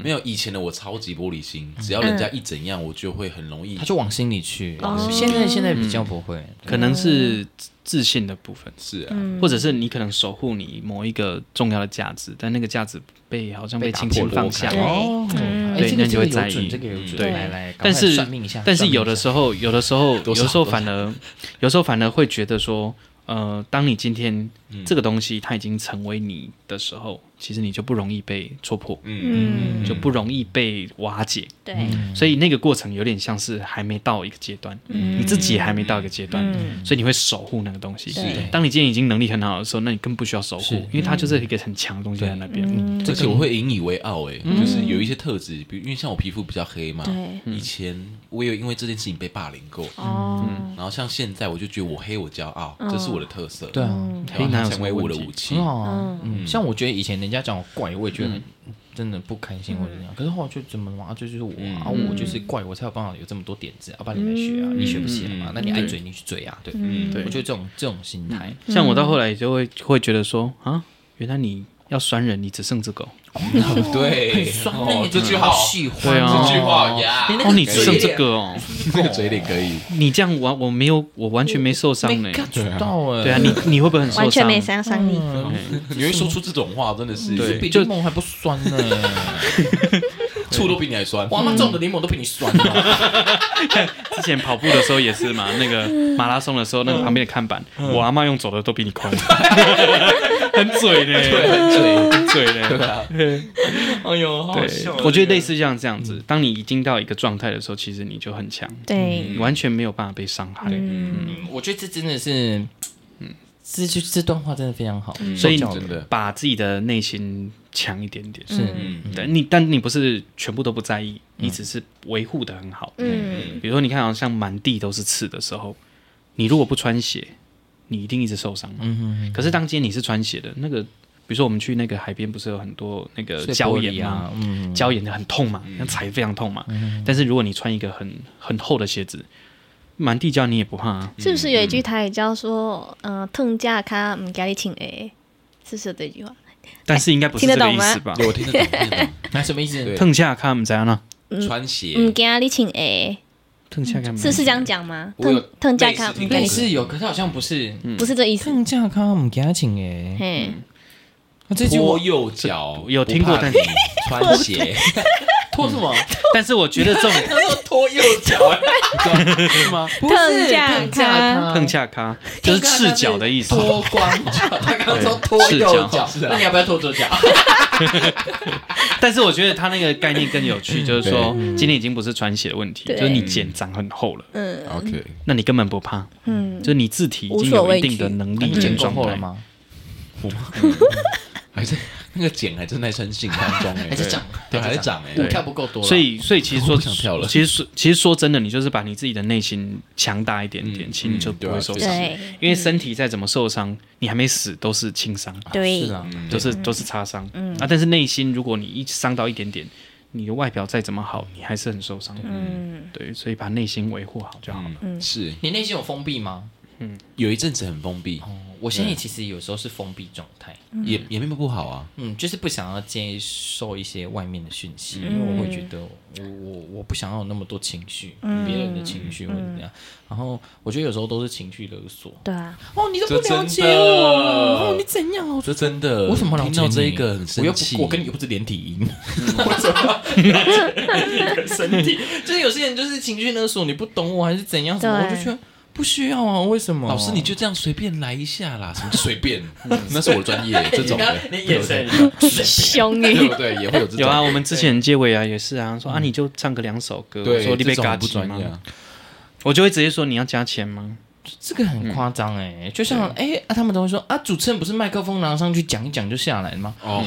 没有以前的我超级玻璃心，只要人
嗯
家一怎样，我就会很容易
他就往心里去，现在现在比较不会，
可能是自自信的部分，
是啊，
嗯
或者是你可能守护你某一个重要的价值，但那个价值被好像被轻轻放下
被打。
破了
哦，哎
对
这个
那你就会
这个
在
有
意
准这个有准，
对
来来，赶
但
快
是
算命一下，
但是
算命
有的
一下
时候，有的时候，有
多少
时候反而，有时候反而会觉得说，呃，当你今天
嗯
这个东西它已经成为你的时候，其实你就不容易被戳破，
嗯
嗯，
就不容易被瓦解。嗯
对，
所以那个过程有点像是还没到一个阶段，
嗯
你自己也还没到一个阶段，所以你会守护那个东西。
对
当你今天已经能力很好的时候，那你更不需要守护
是，
因为它就是一个很强的东西在那边。嗯
而且我会引以为傲哎、
嗯
就是有一些特质，比如因为像我皮肤比较黑嘛，
嗯
以前我有因为这件事情被霸凌过，
哦，
然后像现在我就觉得我黑我骄傲，这是我的特色，
对啊，
台湾它成为我的武器
很，
哦
好啊。嗯像我觉得以前人家讲我怪，我也觉得很真的不开心或者怎样，可是后来就怎么了嘛，啊这就是我啊，啊我就是怪，我才有办法有这么多点子，要不然你来学啊，你学不起来嘛，那你爱追你去追啊，对，
嗯
对嗯
我觉得这种这种心态，
嗯
像我到后来就会会觉得说啊，原来你要酸人，你只剩只狗。
(laughs)
(laughs)
对，
欸
哦，这句话好，
喜欢
对啊
这句话呀，
哦，你只剩这个哦，
这个嘴脸
(laughs)
可以，
你这样完我没有，我完全没受伤呢
没。catch 到哎，
对啊，你你会不会很受伤？
完全没伤伤你。
嗯
你会说出这种话，真的是
嗯对
比
就
柠檬还不酸呢，嗯
醋都比你还酸，嗯
我妈种的柠檬都比你酸呢，
之前跑步的时候也是嘛，那个马拉松的时候，那个旁边的看板，我阿妈用走的都比你快，很嘴呢，很嘴，很嘴呢。
哎呦，好
对
笑，
我觉得类似像这样子，当你已经到一个状态的时候，其实你就很
嗯
强，
对，
你完全没有办法被伤害。
嗯 (laughs) 我觉得这真的是，这就这段话真的非常好，
所以
受教
你
真的
把自己的内心强一点点，是
嗯
对你，但你不是全部都不在意，
嗯
你只是维护的很好。
嗯，
比如说，你看，好哦像满地都是刺的时候，你如果不穿鞋，你一定一直受伤嘛。
嗯
可是当今天你是穿鞋的，那个，比如说我们去那个海边，不是有很多那个
碎
礁
玻
岩
璃
嘛
啊，，嗯，
礁岩的很痛嘛，那踩非常痛嘛。但是如果你穿一个很很厚的鞋子，满地礁你也不怕啊。
是不是有一句台语叫说，嗯，疼价卡唔给你请诶，是不是有这句话？
但是应该不是
听得
这个
懂
意
吗
思吧？
对我听得懂，听得
那什么意思？
对
腾下看不怎样
嗯
呢？
嗯
懂，穿鞋，
唔给你请诶，
腾下看
是是这样讲吗？
我有
疼疼价卡唔给
类
你，
似嗯有，可是好像不是。
不是这意思。
更加看唔加请诶，
嘿，
那这句
拖
我
右脚，
(laughs) 有听过
不怕
但
你穿
(laughs)
鞋，
拖什么？
但是我觉得这种
他说拖右脚，
是吗？不
更加看
嗯
腾下咖就是赤脚的意思。
脱光脚，他刚刚说
(laughs)
脱
对
右
赤脚
脚，那你要不要脱左脚？
但是我觉得他那个概念更有趣，就是说
嗯
今天已经不是穿鞋的问题，就是你茧长很厚了，
嗯
OK，
那你根本不怕，
嗯，
就是你自体已经有一定的能力
(laughs) 你
跟
剪够
状
后
态
了？吗？
还在那个茧还正在生性当中哎，
还在长，
对，还在长哎，
舞跳不够多，
所以，所以其实说
我不想跳，了
其实说其实说真的，你就是把你自己的内心强大一点点，
嗯
其实你就不会受伤，
对
因为身体再怎么受伤，你还没死都是轻伤，
对
是，啊，
嗯
都
嗯
是都是擦伤啊。但是内心，如果你一伤到一点点，你的外表再怎么好，你还是很受伤。
嗯，
对，所以把内心维护好就好了。
嗯，是
你内心有封闭吗？
有一阵子很封闭，
哦，我现在其实有时候是封闭状态，
也也没有不好啊，
嗯，就是不想要接受一些外面的讯息，因为我会觉得我我我不想要有那么多情绪，别人的情绪或者怎样。然后我觉得有时候都是情绪勒索。
对啊，
哦，你都不
这
了
真
解
的
我，哦，你怎样哦？
这真的，
我怎么了解
听到这
你
一个很
我
生
又不
气？，
我跟你又不是连体婴，
(laughs)
(laughs) 我怎么了解你的身
(laughs)
体？就是有些人就是情绪勒索，你不懂我还是怎样什么，
对
我就觉得不需要啊，为什么？
老师你就这样随便来一下啦，什么哦 (laughs) 随便，那是我的专业，这种的，
你眼神
凶
对
你，
不 (laughs) 对？也会有这种，
有啊，我们之前结尾啊也是啊，说啊你就唱个两首歌，我
对，
说你被
这种
嘎
很不
吉
专
吗
业？啊，
我就会直接说你要加钱吗？
(laughs) 这个很夸张哎，就
嗯
像哎、啊，他们都会说啊，主持人不是麦克风拿上去讲一讲就下来了吗？
哦，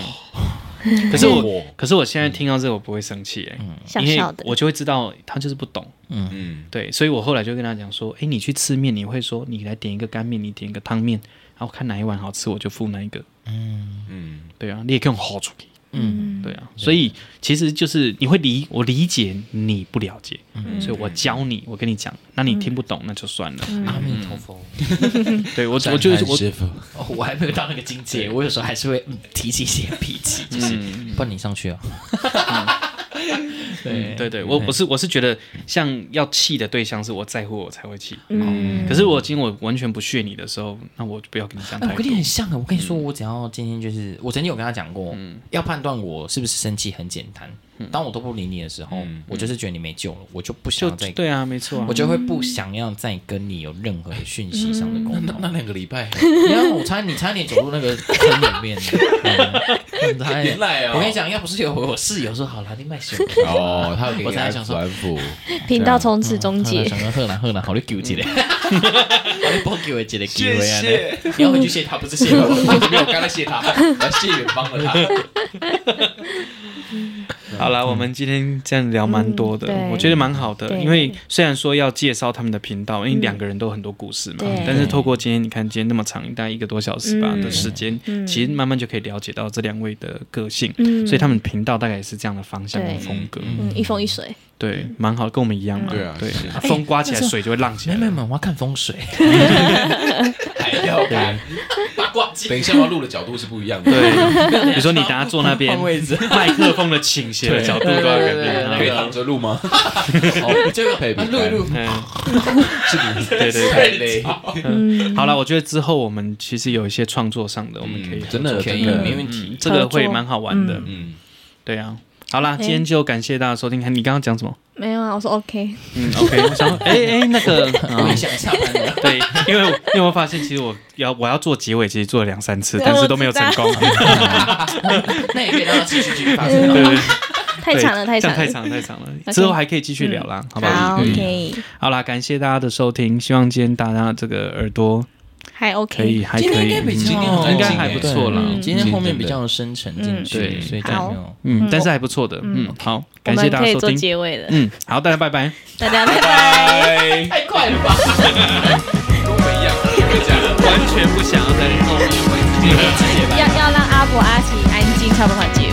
可是我，可是我现在听到这个我不会生气哎、
嗯小
因
小
为
的，
我就会知道他就是不懂，
嗯，
对，所以我后来就跟他讲说，哎，你去吃面，你会说你来点一个干面，你点一个汤面，然后看哪一碗好吃，我就付哪一个，
嗯，
对啊，你也更好出去，嗯，对啊，所以其实就是你会理我理解你不了解，
嗯
所以我教你，我跟你讲，那你听不懂那就算了，
阿弥陀佛，
嗯
对我我就是我
师傅，
哦，我还没有到那个境界，我有时候还是会、嗯、提起一些脾气，就是、
嗯
不然你上去啊。 (laughs) 对
对对，我我是我是觉得，像要气的对象是我在乎我才会气。
嗯，
可是我今天我完全不屑你的时候，那我就不要跟你讲
哎
太
我跟你
多。
很像啊！我跟你说，我只要今天就是，我曾经有跟他讲过，要判断我是不是生气很简单，当我都不理你的时候，我就是觉得你没救了，我就不想
就
要再，
对啊，没错啊
我。就会不想要再跟你有任何讯息上的沟
那
通。
那两个礼 (laughs) 拜，
你看，我差你差点走入那个坑里面，嗯差点
原来哦
我跟你讲，要不是有我室友说好了，你卖熊，
哦，他有给
我
你
才
安
想
抚
说
安抚， (laughs)
频道从此终
嗯好啦
结。
想说喝啦喝啦，好你救一个，好你多给我一个机会
谢
啊！
谢嗯
你要回去谢他，不是谢我。
没有，我刚才谢他，我谢远方 (laughs) 了他。
好了，我们今天这样聊蛮多的，
嗯嗯对
我觉得蛮好的。
对嗯
因为虽然说要介绍他们的频道，因为两个人都有很多故事嘛，
对
但是透过今天你看今天那么长，大概一个多小时吧
嗯
的时间，
嗯
其实慢慢就可以了解到这两位的个性，
嗯
所以他们频道大概也是这样的方向
对
跟风格，
嗯，一风一水，
对，蛮好，跟我们一样嘛，
对啊是
啊风刮起来
那时候
水就会浪起
没
来
有。没有，我要看风水。
还要看八卦镜。等一下，我要录的角度是不一样的。
对， (laughs) 比如说你等下坐那边
换，位置
(laughs) 麦克风的倾斜的角度都要改变
可以
啊。
躺着录 (laughs) 吗？
哦，这个
配比
录一录，
嗯，
是你
对对
太
对，
累，
嗯
好了，我觉得之后我们其实有一些创作上的，我们可以
嗯
合作
真的
可以
真的
没问题。
这个会蛮好玩的。
嗯，
对啊，好啦，
OK
今天就感谢大家收听。看你刚刚讲什么？
没有啊，我说 OK，
嗯，OK，我想说，哎哎，那个，
我也
(laughs) 嗯
想下班了。
对，因为我你有没有发现，其实我要我要做结尾，其实做了两三次，但是都没有成
(laughs)
功。
(laughs) 那也可以让他继续继续发生
对
哦。
对，
嗯 (laughs) 太长了，
太
长了，嗯
太长了，太长
(laughs)
了。之后还可以继续聊啦，好不
好
好？
可以
，OK，
好啦，感谢大家的收听，希望今天大家这个耳朵
还
可
OK，
以还可以，嗯
今天很
应该还不错啦。
对
嗯
今天后面比较深沉进
嗯对
去，所以才没有。
嗯，但是还不错的。嗯，好，
我
感谢
们
大
可
家
以
收
做
听。
结尾了，
嗯，好，大家拜拜。
大家拜拜。
哎，
太快了吧！
跟我们一样，我跟你讲，
完全不想要在后面会直接。
要要让阿伯阿奇安静，差不多结尾。